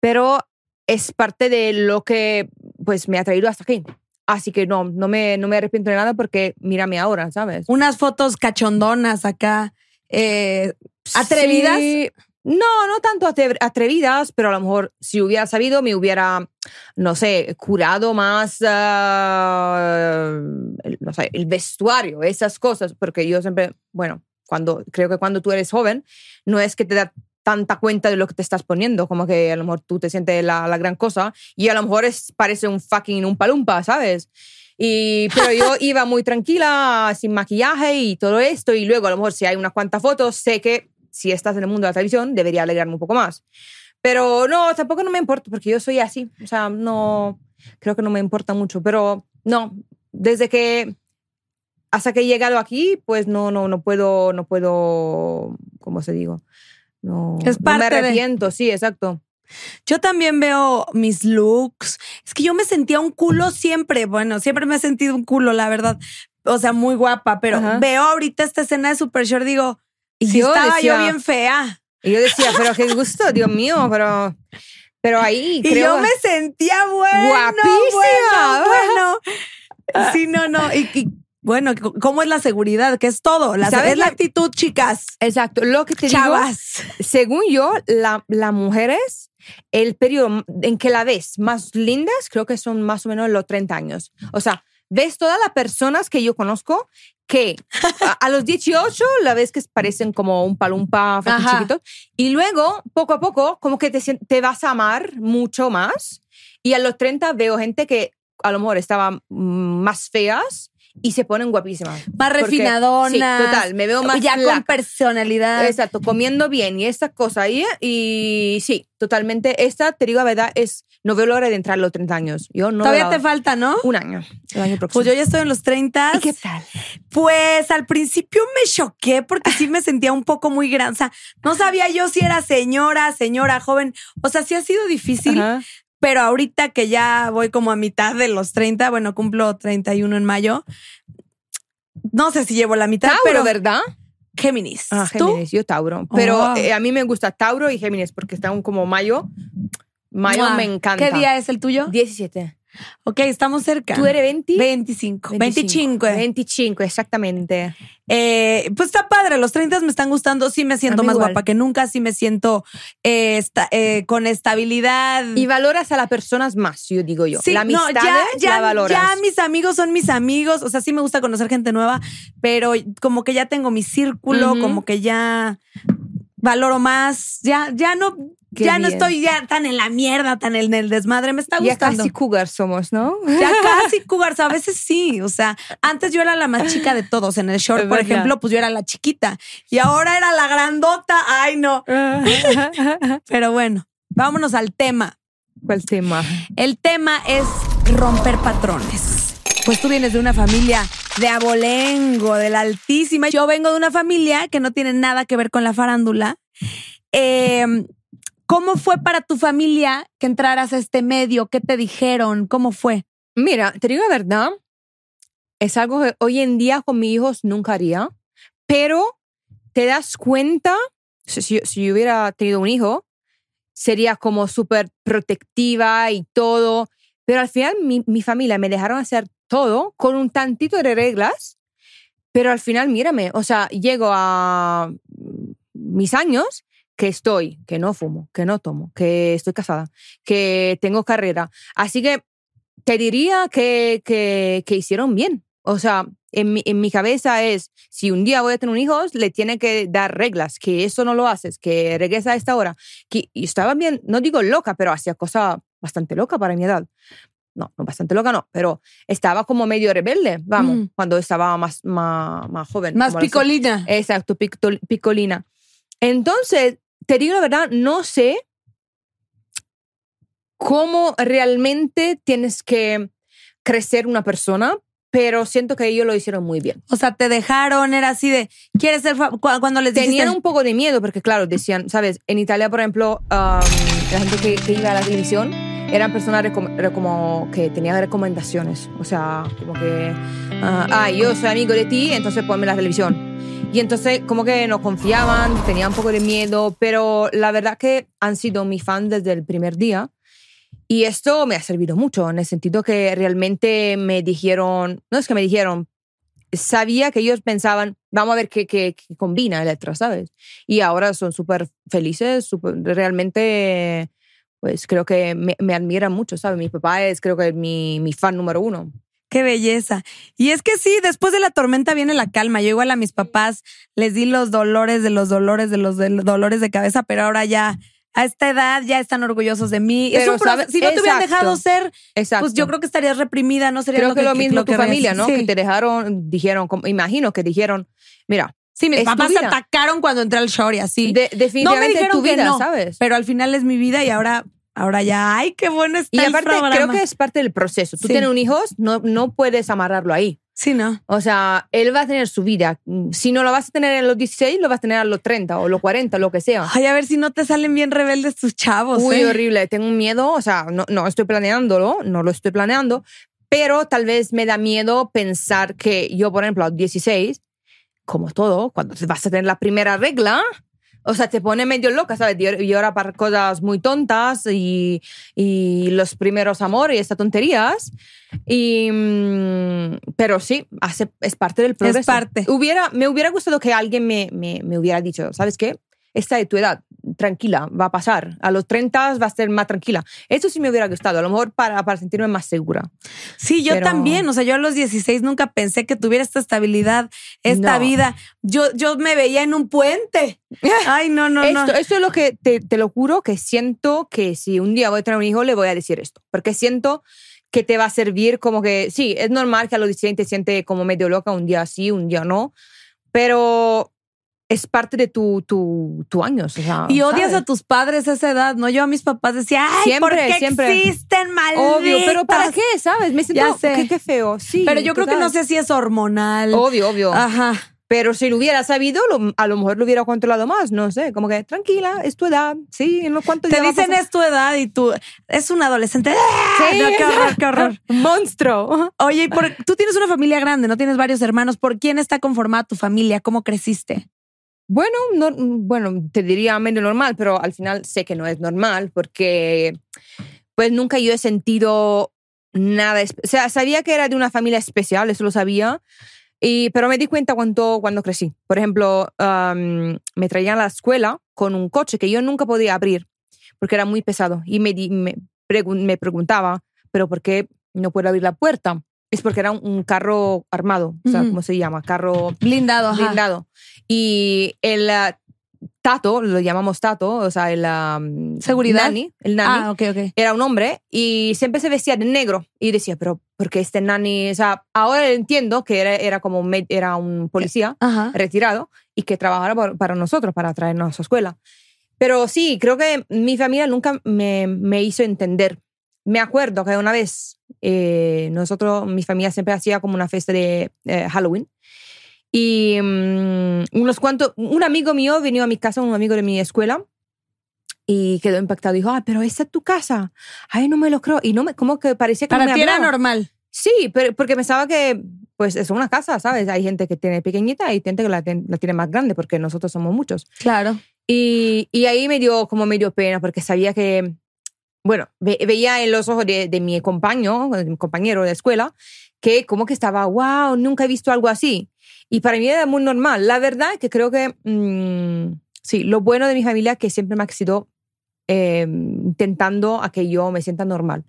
Speaker 4: pero es parte de lo que pues me ha traído hasta aquí. Así que no, no me, no me arrepiento de nada porque mírame ahora, ¿sabes?
Speaker 3: Unas fotos cachondonas acá. eh, ¿Atrevidas?
Speaker 4: Sí. No, no tanto atre- atrevidas, pero a lo mejor si hubiera sabido me hubiera, no sé, curado más, ah, el- no sé, el vestuario, esas cosas, porque yo siempre, bueno, cuando creo que cuando tú eres joven, no es que te da tanta cuenta de lo que te estás poniendo, como que a lo mejor tú te sientes la, la gran cosa y a lo mejor es, parece un fucking un palumpa, ¿sabes? Y, pero yo iba muy tranquila, sin maquillaje y todo esto. Y luego, a lo mejor, si hay unas cuantas fotos, sé que si estás en el mundo de la televisión, debería alegrarme un poco más. Pero no, tampoco no me importa, porque yo soy así. O sea, no, creo que no me importa mucho. Pero no, desde que, hasta que he llegado aquí, pues no, no, no puedo, no puedo, ¿cómo se digo? No,
Speaker 3: Es
Speaker 4: no me
Speaker 3: parte de-
Speaker 4: arrepiento, sí, exacto.
Speaker 3: Yo también veo mis looks. Es que yo me sentía un culo siempre. Bueno, siempre me he sentido un culo, la verdad. O sea, muy guapa, pero
Speaker 4: Ajá.
Speaker 3: veo ahorita esta escena de Super Short, digo, y
Speaker 4: Sí, yo
Speaker 3: estaba
Speaker 4: decía-
Speaker 3: yo bien fea.
Speaker 4: Y yo decía, pero qué gusto, Dios mío, pero, pero ahí
Speaker 3: Y
Speaker 4: creo...
Speaker 3: yo me sentía bueno,
Speaker 4: Guapísima.
Speaker 3: Bueno, bueno. Sí, no, no. Y, y, bueno, c- ¿cómo es la seguridad? Que es todo. La,
Speaker 4: ¿Sabes
Speaker 3: es la
Speaker 4: la-
Speaker 3: actitud, chicas.
Speaker 4: Exacto, lo que te digo
Speaker 3: Chavas.
Speaker 4: según yo, la- las mujeres, el periodo en que la ves más lindas, creo que son más o menos los 30 años. O sea, ves todas las personas que yo conozco que a, a los 18 la ves que parecen como un palumpa fucking
Speaker 3: Ajá.
Speaker 4: chiquitos y luego poco a poco como que te, sien- te vas a amar mucho más y a los 30 veo gente que a lo mejor estaban mm, más feas y se ponen guapísimas.
Speaker 3: Más
Speaker 4: Porque-
Speaker 3: refinadonas.
Speaker 4: Sí, total, me veo más
Speaker 3: ya con
Speaker 4: flaca.
Speaker 3: personalidad.
Speaker 4: Exacto, comiendo bien y estas cosas ahí. Y sí, totalmente. Esta, te digo la verdad, es. No veo la hora de entrar a los 30 años. Yo no.
Speaker 3: Todavía
Speaker 4: veo la
Speaker 3: te falta, ¿no?
Speaker 4: Un año. El año próximo.
Speaker 3: Pues yo ya estoy en los 30.
Speaker 4: ¿Y qué tal?
Speaker 3: Pues al principio me choqué porque sí me sentía un poco muy gran. O sea, no sabía yo si era señora, señora, joven. O sea, sí ha sido difícil,
Speaker 4: Ajá.
Speaker 3: pero ahorita que ya voy como a mitad de los 30, bueno, cumplo 31 en mayo. No sé si llevo la mitad,
Speaker 4: Tauro,
Speaker 3: pero
Speaker 4: ¿verdad?
Speaker 3: Géminis.
Speaker 4: Ah,
Speaker 3: ¿Tú?
Speaker 4: Géminis, yo Tauro. Pero
Speaker 3: Oh.
Speaker 4: eh, a mí me gusta Tauro y Géminis porque están como mayo. Mayo
Speaker 3: Mua.
Speaker 4: me encanta.
Speaker 3: ¿Qué día es el tuyo?
Speaker 4: 17.
Speaker 3: Ok, estamos cerca.
Speaker 4: ¿Tú eres 20?
Speaker 3: 25. 25.
Speaker 4: 25, exactamente.
Speaker 3: Eh, pues está padre, los 30 me están gustando, sí me siento
Speaker 4: mí
Speaker 3: más
Speaker 4: igual.
Speaker 3: guapa que nunca, sí me siento eh, esta- eh, con estabilidad.
Speaker 4: Y valoras a las personas más, yo digo yo.
Speaker 3: Sí,
Speaker 4: la
Speaker 3: no,
Speaker 4: amistad eh, la valoras.
Speaker 3: ya mis amigos son mis amigos, o sea, sí me gusta conocer gente nueva, pero como que ya tengo mi círculo,
Speaker 4: Ujú.
Speaker 3: como que ya valoro más, ya ya no
Speaker 4: Qué
Speaker 3: ya no
Speaker 4: bien.
Speaker 3: estoy ya tan en la mierda, tan en el desmadre, me está
Speaker 4: ya
Speaker 3: gustando.
Speaker 4: casi cougar somos, ¿no?
Speaker 3: Ya casi cougars, a veces sí. O sea, antes yo era la más chica de todos. En el short,
Speaker 4: Es
Speaker 3: por
Speaker 4: verdad.
Speaker 3: ejemplo, pues yo era la chiquita. Y ahora era la grandota. Ay, no. Pero bueno, vámonos al tema.
Speaker 4: ¿Cuál tema?
Speaker 3: El tema es romper patrones. Pues tú vienes de una familia de abolengo, de la altísima. Yo vengo de una familia que no tiene nada que ver con la farándula. Eh, ¿Cómo fue para tu familia que entraras a este medio? ¿Qué te dijeron? ¿Cómo fue?
Speaker 4: Mira, te digo la verdad, es algo que hoy en día con mis hijos nunca haría, pero te das cuenta, si, si- si yo hubiera tenido un hijo, sería como súper protectiva y todo, pero al final mi, mi familia me dejaron hacer todo con un tantito de reglas, pero al final mírame, o sea, llego a mis años que estoy, que no fumo, que no tomo, que estoy casada, que tengo carrera, así que te diría que, que, que hicieron bien. O sea, en mi, en mi cabeza es, si un día voy a tener un hijo, le tiene que dar reglas, que eso no lo haces, que regresa a esta hora. Que, y estaba bien, no digo loca, pero hacía cosas bastante loca para mi edad. No, no bastante loca, no, pero estaba como medio rebelde, vamos,
Speaker 3: Mm.
Speaker 4: cuando estaba más, más, más joven.
Speaker 3: Más
Speaker 4: como a los
Speaker 3: picolina.
Speaker 4: Exacto, pictol- picolina. Entonces, te digo la verdad, no sé cómo realmente tienes que crecer una persona, pero siento que ellos lo hicieron muy bien.
Speaker 3: O sea, te dejaron, era así de, ¿quieres ser fa- cu- cuando les
Speaker 4: Tenían
Speaker 3: dijiste,
Speaker 4: un poco de miedo porque, claro, decían, ¿sabes? En Italia, por ejemplo, um, la gente que, que iba a la televisión eran personas recom- re- como que tenían recomendaciones. O sea, como que, ah, ah, yo soy amigo de ti, entonces ponme la televisión. Y entonces como que no confiaban, tenían un poco de miedo, pero la verdad que han sido mis fans desde el primer día. Y esto me ha servido mucho, en el sentido que realmente me dijeron, no es que me dijeron, sabía que ellos pensaban, vamos a ver qué, qué- qué combina Electra, ¿sabes? Y ahora son súper felices, súper- realmente, pues creo que me, me admiran mucho, ¿sabes? Mi papá es, creo que, mi, mi fan número uno.
Speaker 3: Qué belleza. Y es que sí, después de la tormenta viene la calma. Yo igual a mis papás les di los dolores de los dolores de los del- dolores de cabeza, pero ahora ya a esta edad ya están orgullosos de mí. Es
Speaker 4: Pero,
Speaker 3: un proceso-
Speaker 4: ¿sabes?
Speaker 3: si no te hubieran
Speaker 4: Exacto.
Speaker 3: dejado ser,
Speaker 4: Exacto.
Speaker 3: pues yo creo que estarías reprimida, no sería
Speaker 4: Creo
Speaker 3: lo
Speaker 4: que,
Speaker 3: que
Speaker 4: lo mismo
Speaker 3: lo
Speaker 4: tu
Speaker 3: que ves.
Speaker 4: familia, ¿no?
Speaker 3: Sí.
Speaker 4: Que te dejaron, dijeron, como- imagino que dijeron, mira,
Speaker 3: Sí, mis
Speaker 4: es tu
Speaker 3: papás
Speaker 4: vida.
Speaker 3: atacaron cuando entré al shore y así.
Speaker 4: de-
Speaker 3: no me
Speaker 4: definitivamente es
Speaker 3: dijeron
Speaker 4: tu
Speaker 3: que
Speaker 4: vida,
Speaker 3: no,
Speaker 4: ¿sabes?
Speaker 3: pero al final es mi vida y ahora, ahora ya, ay, qué bueno está
Speaker 4: y
Speaker 3: el
Speaker 4: aparte,
Speaker 3: programa.
Speaker 4: creo que es parte del proceso. Tú
Speaker 3: Sí.
Speaker 4: tienes un hijo, no, no puedes amarrarlo ahí.
Speaker 3: sí, no.
Speaker 4: O sea, él va a tener su vida. Si no lo vas a tener en los 16, lo vas a tener a los 30 o los 40, lo que sea.
Speaker 3: Ay, a ver si no te salen bien rebeldes tus chavos.
Speaker 4: Uy,
Speaker 3: ¿eh?
Speaker 4: horrible. Tengo un miedo. O sea, no, no estoy planeándolo, no lo estoy planeando. Pero tal vez me da miedo pensar que yo, por ejemplo, a los 16, como todo, cuando te vas a tener la primera regla, o sea, te pone medio loca, ¿sabes? Y y ahora para cosas muy tontas y, y los primeros amores y estas tonterías. Y, mm, pero sí, hace, es parte del progreso.
Speaker 3: parte.
Speaker 4: Hubiera, me hubiera gustado que alguien me, me, me hubiera dicho, ¿sabes qué? Esta es tu edad, tranquila, va a pasar. A los 30 va a ser más tranquila. Eso sí me hubiera gustado, a lo mejor para, para sentirme más segura.
Speaker 3: Sí, yo
Speaker 4: Pero-
Speaker 3: también. O sea, yo a los 16 nunca pensé que tuviera esta estabilidad, esta
Speaker 4: No.
Speaker 3: vida. Yo, yo me veía en un puente. Ay, no, no,
Speaker 4: esto,
Speaker 3: no.
Speaker 4: esto es lo que te, te lo juro que siento que si un día voy a tener un hijo le voy a decir esto, porque siento que te va a servir como que, sí, es normal que a los 16 te sientes como medio loca, un día sí, un día no, pero es parte de tu, tu, tu años. o sea,
Speaker 3: Y odias
Speaker 4: ¿sabes?
Speaker 3: a tus padres a esa edad, ¿no? Yo a mis papás decía, ay,
Speaker 4: Siempre,
Speaker 3: ¿por qué
Speaker 4: siempre.
Speaker 3: existen malditos?
Speaker 4: Obvio, pero ¿para qué? ¿Sabes? Me siento,
Speaker 3: Ya sé.
Speaker 4: Qué, qué feo, sí.
Speaker 3: Pero yo creo que
Speaker 4: total.
Speaker 3: no Ah. sé si es hormonal.
Speaker 4: Obvio, obvio.
Speaker 3: Ajá.
Speaker 4: Pero si lo hubiera sabido, lo- a lo mejor lo hubiera controlado más, no sé, como que tranquila, es tu edad, sí, en lo cuanto
Speaker 3: Te dicen es tu edad y tú es un adolescente.
Speaker 4: Sí.
Speaker 3: No, qué horror, qué horror.
Speaker 4: monstruo.
Speaker 3: Oye, y por- tú tienes una familia grande, no tienes varios hermanos. ¿Por quién está conformada tu familia? ¿Cómo creciste?
Speaker 4: Bueno, no, bueno, te diría medio normal, pero al final sé que no es normal porque pues nunca yo he sentido nada. espe- O sea, sabía que era de una familia especial, eso lo sabía, y, pero me di cuenta cuando, cuando crecí. Por ejemplo, am, me traían a la escuela con un coche que yo nunca podía abrir porque era muy pesado y me, di- me, pregun- me preguntaba, pero ¿por qué no puedo abrir la puerta? Es porque era un, un carro armado, o sea,
Speaker 3: Ujú.
Speaker 4: ¿cómo se llama? Carro
Speaker 3: Blindado, ajá.
Speaker 4: blindado. Y el ah, tato, lo llamamos tato, o sea, el... ah,
Speaker 3: ¿Seguridad?
Speaker 4: nani, el nani.
Speaker 3: Ah, ok, ok.
Speaker 4: Era un hombre y siempre se vestía de negro. Y decía, pero ¿por qué este nani? O sea, ahora entiendo que era, era como me- era un policía
Speaker 3: Ajá.
Speaker 4: retirado y que trabajara por- para nosotros, para traernos a su escuela. Pero sí, creo que mi familia nunca me, me hizo entender. Me acuerdo que una vez eh, nosotros, mi familia siempre hacía como una fiesta de eh, Halloween. Y mm, unos cuantos, un amigo mío vino a mi casa, un amigo de mi escuela, y quedó impactado. Dijo, ah, pero esa es tu casa. Ay, no me lo creo. Y no me, como que parecía que no
Speaker 3: Para
Speaker 4: me
Speaker 3: ti era
Speaker 4: hablaba.
Speaker 3: normal.
Speaker 4: Sí, pero porque pensaba que, pues, es una casa, ¿sabes? Hay gente que tiene pequeñita y gente que la, ten- la tiene más grande, porque nosotros somos muchos.
Speaker 3: Claro.
Speaker 4: Y, y ahí me dio como medio pena, porque sabía que, bueno, ve- veía en los ojos de, de mi compañero, de mi compañero de escuela, que como que estaba, wow, nunca he visto algo así. Y para mí era muy normal. La verdad es que creo que, mm, sí, lo bueno de mi familia es que siempre me ha sido eh, intentando a que yo me sienta normal.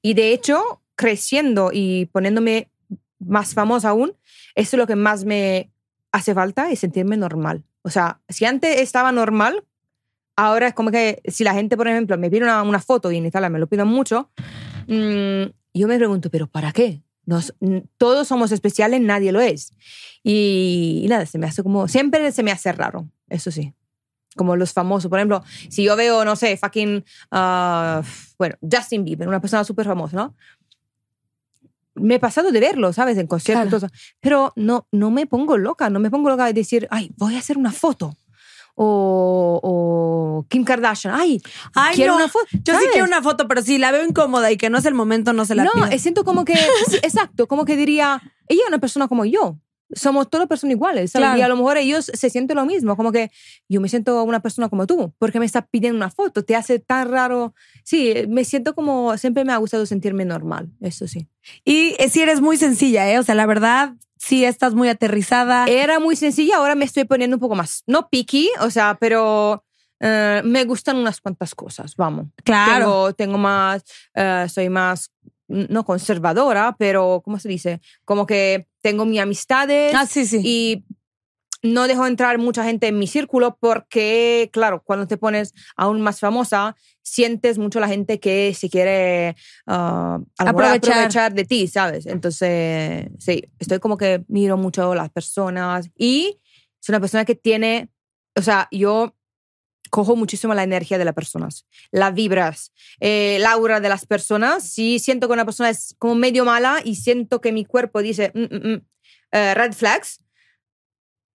Speaker 4: Y de hecho, creciendo y poniéndome más famosa aún, eso es lo que más me hace falta, es sentirme normal. O sea, si antes estaba normal, ahora es como que si la gente, por ejemplo, me pide una, una foto y en Italia me lo piden mucho, mm, yo me pregunto, ¿pero para qué? Nos, n- todos somos especiales, nadie lo es. Y, y nada, se me hace como, siempre se me hace raro, eso sí. Como los famosos, por ejemplo, si yo veo, no sé, fucking, ah, bueno, Justin Bieber, una persona súper famosa, ¿no? Me he pasado de verlo, ¿sabes? En conciertos,
Speaker 3: Claro.
Speaker 4: todo eso. pero no, no me pongo loca, no me pongo loca de decir, ay, voy a hacer una foto. O, o Kim Kardashian, ay,
Speaker 3: Ay,
Speaker 4: quiero
Speaker 3: no.
Speaker 4: una foto.
Speaker 3: Yo sí
Speaker 4: ¿sabes?
Speaker 3: quiero una foto, pero si la veo incómoda y que no es el momento, no se la
Speaker 4: no,
Speaker 3: pido.
Speaker 4: eh, siento como que, sí, exacto, como que diría, ella es una persona como yo. somos todas personas iguales, ¿sabes?
Speaker 3: Claro.
Speaker 4: Y a lo mejor ellos se sienten lo mismo, como que yo me siento una persona como tú, porque me estás pidiendo una foto, te hace tan raro. Sí, eh, me siento como, siempre me ha gustado sentirme normal, eso sí.
Speaker 3: Y eh, sí eres muy sencilla, ¿eh? O sea, la verdad, sí estás muy aterrizada.
Speaker 4: Era muy sencilla, ahora me estoy poniendo un poco más, no picky, o sea, pero eh, me gustan unas cuantas cosas, vamos.
Speaker 3: claro.
Speaker 4: Tengo, tengo más, eh, soy más, no conservadora, pero ¿cómo se dice? Como que tengo mis amistades.
Speaker 3: ah, sí, sí.
Speaker 4: y no dejo entrar mucha gente en mi círculo porque, claro, cuando te pones aún más famosa, sientes mucho la gente que se quiere ah, a lo mejor
Speaker 3: Aprovechar.
Speaker 4: aprovechar de ti, ¿sabes? Entonces, sí, estoy como que miro mucho las personas y soy una persona que tiene, o sea, yo cojo muchísimo la energía de las personas, las vibras, eh, el aura de las personas. Si siento que una persona es como medio mala y siento que mi cuerpo dice "Mm, mm, mm", eh, red flags,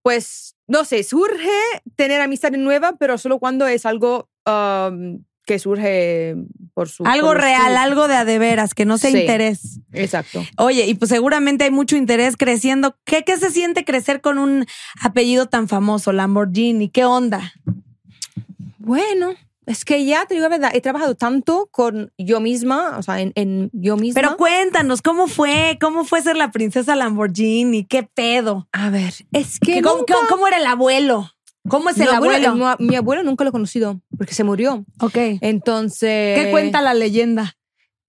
Speaker 4: pues no sé, surge tener amistad nueva, pero solo cuando es algo um, que surge por su.
Speaker 3: algo
Speaker 4: por su-
Speaker 3: real, algo de a de veras, que no sea
Speaker 4: Sí.
Speaker 3: interés.
Speaker 4: Exacto.
Speaker 3: Oye, y pues seguramente hay mucho interés creciendo. ¿Qué, ¿Qué se siente crecer con un apellido tan famoso, Lamborghini? ¿Qué onda?
Speaker 4: Bueno. Es que ya te digo la verdad, he trabajado tanto con yo misma, o sea, en, en yo misma.
Speaker 3: Pero cuéntanos, ¿cómo fue? ¿Cómo fue ser la princesa Lamborghini? ¿Qué pedo?
Speaker 4: a ver, es que
Speaker 3: ¿Qué- cómo,
Speaker 4: nunca-
Speaker 3: cómo- cómo era el abuelo? ¿Cómo es
Speaker 4: mi
Speaker 3: el abuelo?
Speaker 4: el- mi abuelo nunca lo he conocido porque se murió.
Speaker 3: Ok. Eh,
Speaker 4: Entonces.
Speaker 3: ¿Qué cuenta la leyenda?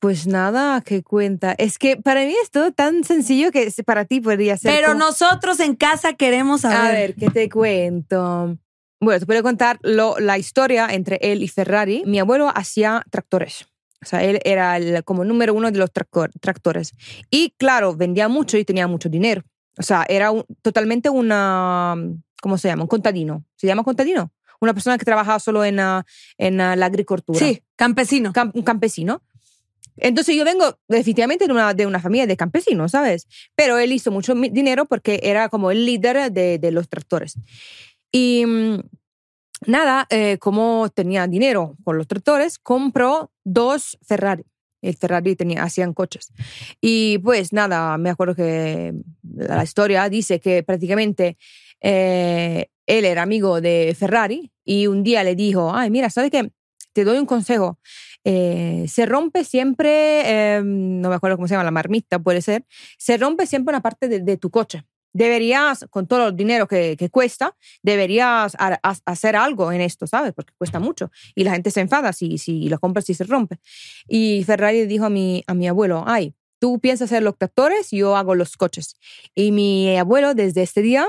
Speaker 4: Pues nada, ¿qué cuenta? Es que para mí es todo tan sencillo que se- para ti podría ser.
Speaker 3: Pero
Speaker 4: como-
Speaker 3: nosotros en casa queremos
Speaker 4: A
Speaker 3: saber.
Speaker 4: ver, ¿qué te cuento? Bueno, te puedo contar lo- la historia entre él y Ferrari. Mi abuelo hacía tractores. O sea, él era el- como número uno de los tractor- tractores. Y claro, vendía mucho y tenía mucho dinero. O sea, era un- totalmente una, ¿cómo se llama? Un contadino. ¿Se llama contadino? Una persona que trabajaba solo en, ah, en ah, la agricultura
Speaker 3: Sí, campesino.
Speaker 4: cam- un campesino. Entonces yo vengo definitivamente de una, de una familia de campesinos, ¿sabes? Pero él hizo mucho mi- dinero porque era como el líder de, de los tractores. Y mm, nada, eh, como tenía dinero con los tractores, compró dos Ferrari. El Ferrari tenía, hacían coches. Y pues nada, me acuerdo que la historia dice que prácticamente eh, él era amigo de Ferrari y un día le dijo, ay, mira, ¿sabes qué? Te doy un consejo. Eh, se rompe siempre, eh, no me acuerdo cómo se llama, la marmita puede ser, se rompe siempre una parte de, de tu coche. Deberías, con todo el dinero que, que cuesta, deberías ha- ha- hacer algo en esto, ¿sabes? Porque cuesta mucho. Y la gente se enfada si, si lo compras y se rompe. Y Ferrari dijo a mi, a mi abuelo, ay, tú piensas hacer los tractores, yo hago los coches. Y mi abuelo desde este día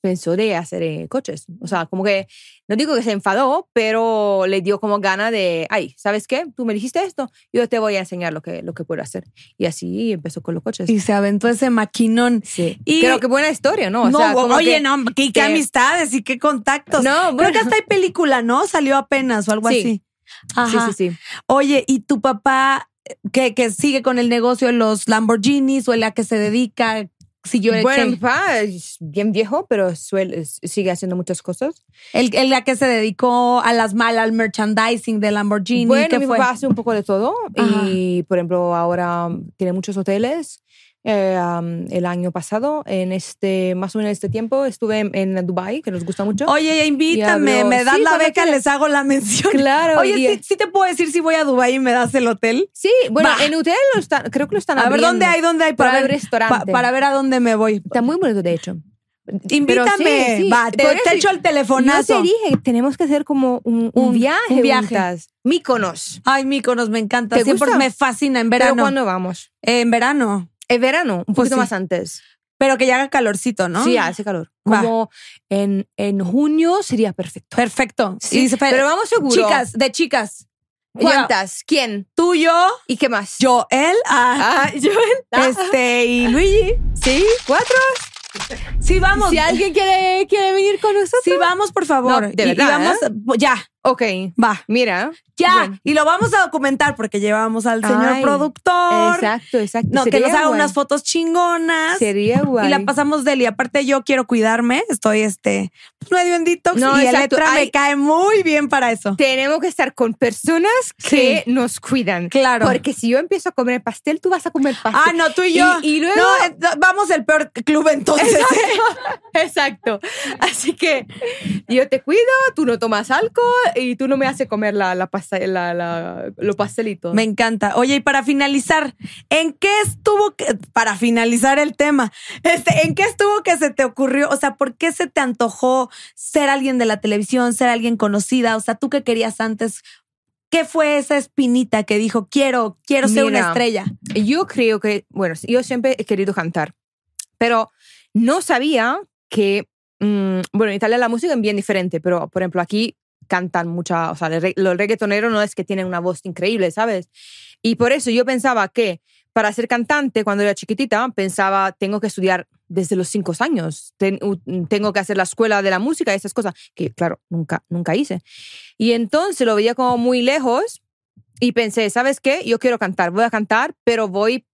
Speaker 4: pensó de hacer eh, coches. O sea, como que, no digo que se enfadó, pero le dio como gana de, ay, ¿sabes qué? Tú me dijiste esto, yo te voy a enseñar lo que, lo que puedo hacer. Y así empezó con los coches.
Speaker 3: Y se aventó ese maquinón.
Speaker 4: sí.
Speaker 3: y-
Speaker 4: Pero qué buena historia, ¿no? O
Speaker 3: No,
Speaker 4: sea, como
Speaker 3: oye,
Speaker 4: que-
Speaker 3: no, qué, qué
Speaker 4: que-
Speaker 3: amistades y qué contactos.
Speaker 4: No,
Speaker 3: Creo
Speaker 4: bueno.
Speaker 3: que hasta hay película, ¿no? Salió apenas o algo
Speaker 4: Sí.
Speaker 3: así. Ajá.
Speaker 4: Sí, sí, sí.
Speaker 3: Oye, ¿y tu papá que, que sigue con el negocio de los Lamborghinis o el a que se dedica? Siguió el,
Speaker 4: bueno, mi
Speaker 3: qué?
Speaker 4: papá es bien viejo, pero suele, sigue haciendo muchas cosas.
Speaker 3: el, el a que se dedicó a las malas, al merchandising de Lamborghini.
Speaker 4: Bueno,
Speaker 3: ¿qué
Speaker 4: mi
Speaker 3: fue?
Speaker 4: papá hace un poco de todo
Speaker 3: Ajá.
Speaker 4: y, por ejemplo, ahora tiene muchos hoteles. Eh, um, el año pasado, en este, más o menos en este tiempo, estuve en, en Dubai, que nos gusta mucho.
Speaker 3: Oye, ya
Speaker 4: Y
Speaker 3: invítame,
Speaker 4: abrió-
Speaker 3: me das
Speaker 4: Sí,
Speaker 3: la
Speaker 4: cuando
Speaker 3: beca,
Speaker 4: quieras.
Speaker 3: les hago la mención.
Speaker 4: Claro.
Speaker 3: Oye,
Speaker 4: y-
Speaker 3: ¿sí, sí te puedo decir si voy a Dubái y me das el hotel?
Speaker 4: sí, bueno,
Speaker 3: Bah.
Speaker 4: en hotel lo están- creo que lo están
Speaker 3: A ver,
Speaker 4: abriendo.
Speaker 3: ¿dónde hay? ¿Dónde hay?
Speaker 4: Pero
Speaker 3: Para
Speaker 4: hay un
Speaker 3: ver, pa-
Speaker 4: restaurante.
Speaker 3: para ver a dónde me voy.
Speaker 4: Está muy bonito, de hecho.
Speaker 3: Invítame,
Speaker 4: sí, sí.
Speaker 3: va, te,
Speaker 4: Por eso
Speaker 3: te echo el telefonazo.
Speaker 4: Yo te dije, tenemos que hacer como un, un
Speaker 3: Un-
Speaker 4: viaje,
Speaker 3: un viaje.
Speaker 4: juntas. Míconos.
Speaker 3: Ay, Míconos, me encanta.
Speaker 4: ¿Te
Speaker 3: Siempre
Speaker 4: gusta?
Speaker 3: me fascina en
Speaker 4: Pero
Speaker 3: verano.
Speaker 4: ¿cuándo vamos?
Speaker 3: Eh, en verano.
Speaker 4: Es verano, un
Speaker 3: Pues
Speaker 4: poquito
Speaker 3: sí.
Speaker 4: más antes.
Speaker 3: Pero que ya haga calorcito, ¿no?
Speaker 4: Sí, hace calor.
Speaker 3: Va.
Speaker 4: Como en, en junio sería perfecto.
Speaker 3: Perfecto.
Speaker 4: Sí,
Speaker 3: Y se-
Speaker 4: pero vamos seguro.
Speaker 3: Chicas, de chicas. Yo-
Speaker 4: ¿Cuántas? ¿Quién?
Speaker 3: tú, yo,
Speaker 4: ¿Y qué más?
Speaker 3: yo, él, ah,
Speaker 4: Ah, yo.
Speaker 3: este y Luigi.
Speaker 4: ¿Sí? ¿Cuatro?
Speaker 3: Sí, vamos.
Speaker 4: Si alguien quiere, quiere venir con nosotros.
Speaker 3: Sí, vamos, por favor.
Speaker 4: No, de
Speaker 3: Y- y
Speaker 4: verdad,
Speaker 3: vamos, ya.
Speaker 4: Ok.
Speaker 3: Va.
Speaker 4: Mira.
Speaker 3: Ya.
Speaker 4: Bueno.
Speaker 3: Y lo vamos a documentar porque llevamos al señor
Speaker 4: Ay,
Speaker 3: productor.
Speaker 4: Exacto, exacto.
Speaker 3: No, que
Speaker 4: Sería
Speaker 3: nos haga
Speaker 4: guay.
Speaker 3: unas fotos chingonas.
Speaker 4: Sería guay.
Speaker 3: Y la pasamos de él. Y aparte yo quiero cuidarme. Estoy este pues, medio en detox.
Speaker 4: No,
Speaker 3: y el
Speaker 4: exacto.
Speaker 3: letra me
Speaker 4: Ay.
Speaker 3: cae muy bien para eso.
Speaker 4: Tenemos que estar con personas que nos cuidan.
Speaker 3: Claro.
Speaker 4: Porque si yo empiezo a comer pastel, tú vas a comer pastel.
Speaker 3: Ah, no, tú y yo.
Speaker 4: Y, y luego.
Speaker 3: No, ent- vamos el peor club entonces.
Speaker 4: Exacto. Así que yo te cuido, tú no tomas alcohol y tú no me haces comer la, la, pasta- la, la- los pastelitos.
Speaker 3: Me encanta. Oye, y para finalizar, ¿en qué estuvo que, para finalizar el tema, este, ¿en qué estuvo que se te ocurrió? O sea, ¿por qué se te antojó ser alguien de la televisión, ser alguien conocida? O sea, ¿tú qué querías antes? ¿Qué fue esa espinita que dijo, quiero, quiero ser una
Speaker 4: Mira,
Speaker 3: estrella?
Speaker 4: Yo creo que, bueno, yo siempre he querido cantar, pero no sabía que, mm, bueno, en Italia la música es bien diferente, pero por ejemplo aquí cantan mucha, o sea, el re- los reggaetoneros no es que tienen una voz increíble, ¿sabes? Y por eso yo pensaba que para ser cantante, cuando era chiquitita, pensaba, tengo que estudiar desde los cinco años, ten- u- tengo que hacer la escuela de la música y esas cosas, que claro, nunca, nunca hice. Y entonces lo veía como muy lejos y pensé, ¿sabes qué? Yo quiero cantar, voy a cantar, pero voy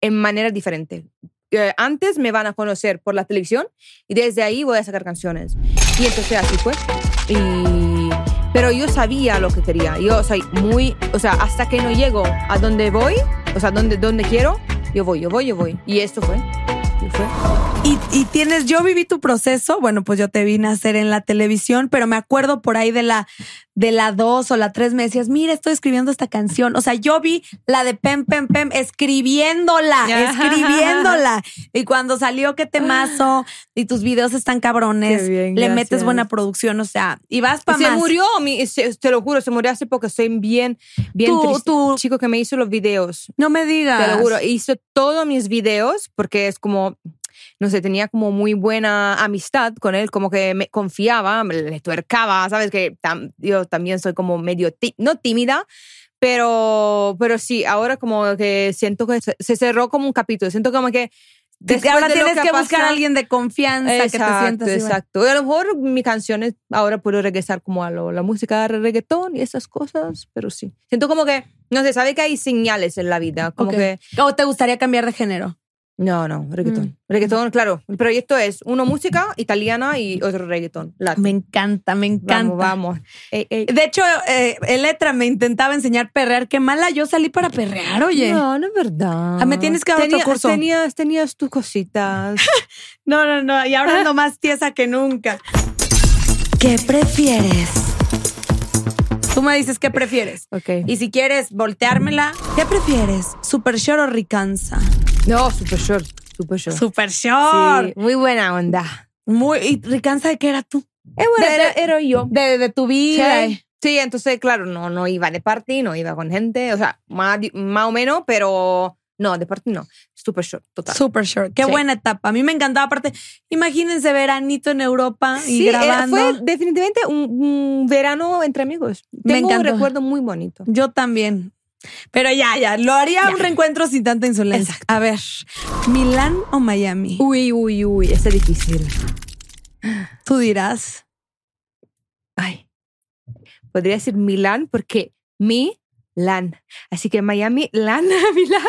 Speaker 4: en manera diferente. Eh, antes me van a conocer por la televisión y desde ahí voy a sacar canciones. Y entonces así fue. Y- pero yo sabía lo que quería. Yo soy muy, o sea, hasta que no llego a donde voy, o sea, donde, donde quiero, yo voy, yo voy, yo voy. Y esto fue. Y fue.
Speaker 3: Y, y tienes, yo viví tu proceso, bueno, pues yo te vi nacer en la televisión, pero me acuerdo por ahí de la de la dos o la tres me decías, mira, estoy escribiendo esta canción. O sea, yo vi la de Pem Pem Pem escribiéndola,
Speaker 4: Ajá.
Speaker 3: escribiéndola. Y cuando salió qué temazo y tus videos están cabrones,
Speaker 4: Qué bien,
Speaker 3: le
Speaker 4: gracias.
Speaker 3: metes buena producción, o sea, y vas para
Speaker 4: se
Speaker 3: más.
Speaker 4: murió, mi- se- te lo juro, se murió hace poco. Soy bien, bien
Speaker 3: Tú-
Speaker 4: triste.
Speaker 3: tú-
Speaker 4: chico que me hizo los videos.
Speaker 3: No me digas.
Speaker 4: Te lo juro, hizo todos mis videos porque es como, no sé, tenía como muy buena amistad con él, como que me confiaba, me le tuercaba, ¿sabes? Que tam- yo también soy como medio, tí- no tímida, pero, pero sí, ahora como que siento que se, se cerró como un capítulo, siento como que...
Speaker 3: Te-
Speaker 4: después
Speaker 3: Ahora
Speaker 4: de lo
Speaker 3: tienes que,
Speaker 4: ha
Speaker 3: buscar a
Speaker 4: pasado-
Speaker 3: alguien de confianza que te
Speaker 4: Exacto,
Speaker 3: sientas. igual.
Speaker 4: exacto. Y a lo mejor mis canciones ahora puedo regresar como a lo- la música de reggaetón y esas cosas, pero sí. Siento como que, no sé, sabe que hay señales en la vida, como
Speaker 3: Ok.
Speaker 4: que
Speaker 3: ¿O te gustaría cambiar de género?
Speaker 4: no, no,
Speaker 3: Mm.
Speaker 4: reggaetón. Reggaetón, claro. El proyecto es uno música italiana y otro reggaetón. Latin.
Speaker 3: Me encanta, me encanta.
Speaker 4: Vamos, vamos. Ey, ey.
Speaker 3: De hecho, eh, Eletra me intentaba enseñar perrear. Qué mala, yo salí para perrear, oye.
Speaker 4: No, no es verdad.
Speaker 3: Ah, me tienes que dar otro
Speaker 4: Tenía-
Speaker 3: curso.
Speaker 4: Tenías, tenías tus cositas.
Speaker 3: no, no, no. Y ahora ando más tiesa que nunca.
Speaker 5: ¿Qué prefieres?
Speaker 3: Tú me dices, ¿qué prefieres?
Speaker 4: ok.
Speaker 3: Y si quieres volteármela, ¿qué prefieres? ¿Super short o ricanza?
Speaker 4: no, super short. Super short.
Speaker 3: Super short.
Speaker 4: Sí, muy buena onda.
Speaker 3: Muy, ¿Y ricanza de qué era tú?
Speaker 4: bueno,
Speaker 3: de,
Speaker 4: era- era yo.
Speaker 3: De, de tu vida.
Speaker 4: Sí. Sí, entonces, claro, no, no iba de party, no iba con gente. O sea, más, di- más o menos, pero no, de party no. Super short, total.
Speaker 3: Super short. Qué
Speaker 4: Sí.
Speaker 3: buena etapa. A mí me encantaba. Aparte, imagínense veranito en Europa y
Speaker 4: era-
Speaker 3: grabando.
Speaker 4: eh, fue definitivamente un, un verano entre amigos.
Speaker 3: Me
Speaker 4: Tengo un
Speaker 3: encantó.
Speaker 4: recuerdo muy bonito.
Speaker 3: Yo también. Pero ya, ya, lo haría un reencuentro sin tanta insolencia. A ver, Milán o Miami.
Speaker 4: Uy, uy, uy, ese es difícil.
Speaker 3: Tú dirás.
Speaker 4: Ay, podría decir Milán porque mi LAN. Así que Miami, LAN, Milán.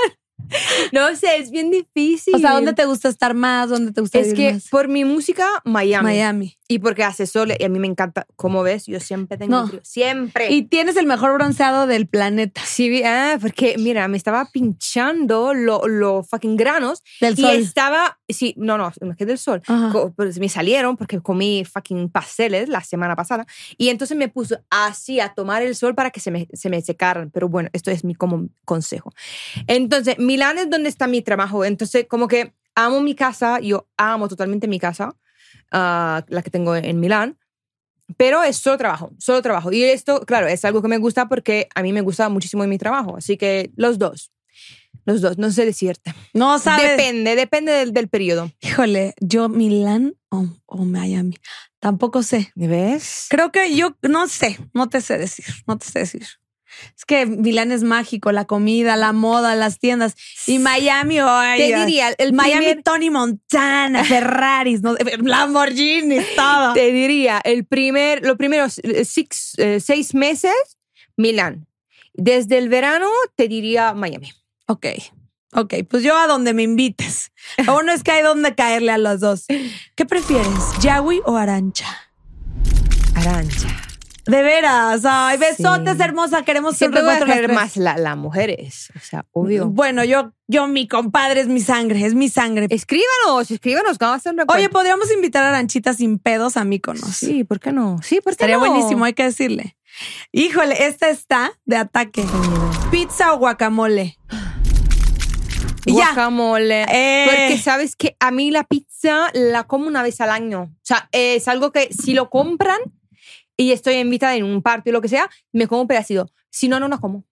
Speaker 4: No sé, es bien difícil.
Speaker 3: O sea, ¿dónde te gusta estar más? ¿Dónde te gusta
Speaker 4: Es
Speaker 3: vivir
Speaker 4: que
Speaker 3: más?
Speaker 4: por mi música, Miami.
Speaker 3: Miami.
Speaker 4: Y porque hace sol y a mí me encanta. Como ves, yo siempre tengo
Speaker 3: No.
Speaker 4: frío. Siempre.
Speaker 3: Y tienes el mejor bronceado del planeta,
Speaker 4: sí, vi- ah, porque mira, me estaba pinchando los lo fucking granos
Speaker 3: del
Speaker 4: y
Speaker 3: sol.
Speaker 4: estaba, sí, no, no, me quedé del sol.
Speaker 3: Ajá.
Speaker 4: Co- pues me salieron porque comí fucking pasteles la semana pasada y entonces me puso así a tomar el sol para que se me, se me secaran. Pero bueno, esto es mi como consejo. Entonces, Milán es donde está mi trabajo. Entonces, como que amo mi casa, yo amo totalmente mi casa, ah, la que tengo en Milán. Pero es solo trabajo, solo trabajo. Y esto, claro, es algo que me gusta porque a mí me gusta muchísimo mi trabajo. Así que los dos, los dos, no sé decirte.
Speaker 3: No sabes.
Speaker 4: Depende, depende del, del periodo.
Speaker 3: Híjole, yo Milán o, o Miami. Tampoco sé.
Speaker 4: ¿Ves?
Speaker 3: Creo que yo no sé, no te sé decir, no te sé decir. Es que Milán es mágico, la comida, la moda, las tiendas. Y Miami, ay,
Speaker 4: Te
Speaker 3: ay.
Speaker 4: diría, el
Speaker 3: Miami,
Speaker 4: primer-
Speaker 3: Tony Montana, Ferraris, no, Lamborghini, todo.
Speaker 4: Te diría, el primer, los primeros eh, six, eh, seis meses, Milán. Desde el verano, te diría Miami.
Speaker 3: Ok, ok, pues yo a donde me invites. Aún no es que hay donde caerle a los dos. ¿Qué prefieres, Yawi o Arancha?
Speaker 4: Arancha.
Speaker 3: De veras, ay, besotes
Speaker 4: Sí.
Speaker 3: hermosa, queremos
Speaker 4: Siempre
Speaker 3: siempre
Speaker 4: voy a
Speaker 3: cuatro, las
Speaker 4: querer
Speaker 3: tres.
Speaker 4: más la- las mujeres. O sea, obvio.
Speaker 3: Bueno, yo, yo, mi compadre es mi sangre, es mi sangre.
Speaker 4: Escríbanos, escríbanos, que vamos a hacer una
Speaker 3: Oye, podríamos invitar a Aranchita sin pedos a Míconos.
Speaker 4: pues, sí, ¿por qué no? Sí, ¿por qué
Speaker 3: Estaría
Speaker 4: no?
Speaker 3: buenísimo, hay que decirle. Híjole, esta está de ataque. Pizza o guacamole. Y ya.
Speaker 4: Guacamole.
Speaker 3: Eh.
Speaker 4: Porque sabes que a mí la pizza la como una vez al año. O sea, es algo que si lo compran y estoy invitada en un party o lo que sea, me como un pedacito. Si no, no la como.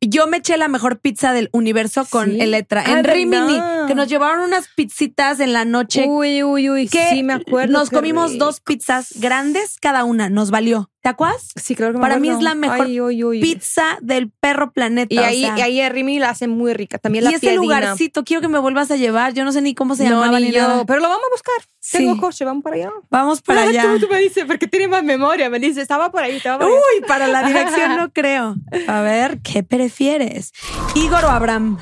Speaker 3: Yo me eché la mejor pizza del universo con
Speaker 4: Sí.
Speaker 3: Eletra
Speaker 4: Ah,
Speaker 3: en Rimini,
Speaker 4: ¿verdad?
Speaker 3: que nos llevaron unas pizzitas en la noche.
Speaker 4: Uy, uy, uy.
Speaker 3: que
Speaker 4: sí, me acuerdo.
Speaker 3: Nos
Speaker 4: qué
Speaker 3: comimos
Speaker 4: rico.
Speaker 3: dos pizzas grandes cada una, nos valió. ¿Te acuerdas?
Speaker 4: Sí, claro que me
Speaker 3: Para mí
Speaker 4: acuerdo.
Speaker 3: es la mejor
Speaker 4: Ay, uy, uy.
Speaker 3: Pizza del perro planeta.
Speaker 4: Y
Speaker 3: o
Speaker 4: ahí,
Speaker 3: sea.
Speaker 4: y ahí en Rimini la hacen muy rica. También la
Speaker 3: Y ese
Speaker 4: piadina.
Speaker 3: lugarcito, quiero que me vuelvas a llevar. Yo no sé ni cómo se
Speaker 4: No,
Speaker 3: llamaba
Speaker 4: ni
Speaker 3: ni
Speaker 4: yo,
Speaker 3: nada.
Speaker 4: Pero lo vamos a buscar.
Speaker 3: Sí.
Speaker 4: Tengo coche, vamos para allá.
Speaker 3: Vamos para
Speaker 4: Ah,
Speaker 3: allá.
Speaker 4: Tú, tú me dices, porque tiene más memoria. Me dice, estaba por ahí, estaba por ahí.
Speaker 3: Uy, para la dirección no creo. A ver, ¿qué prefieres? Igor o Abraham.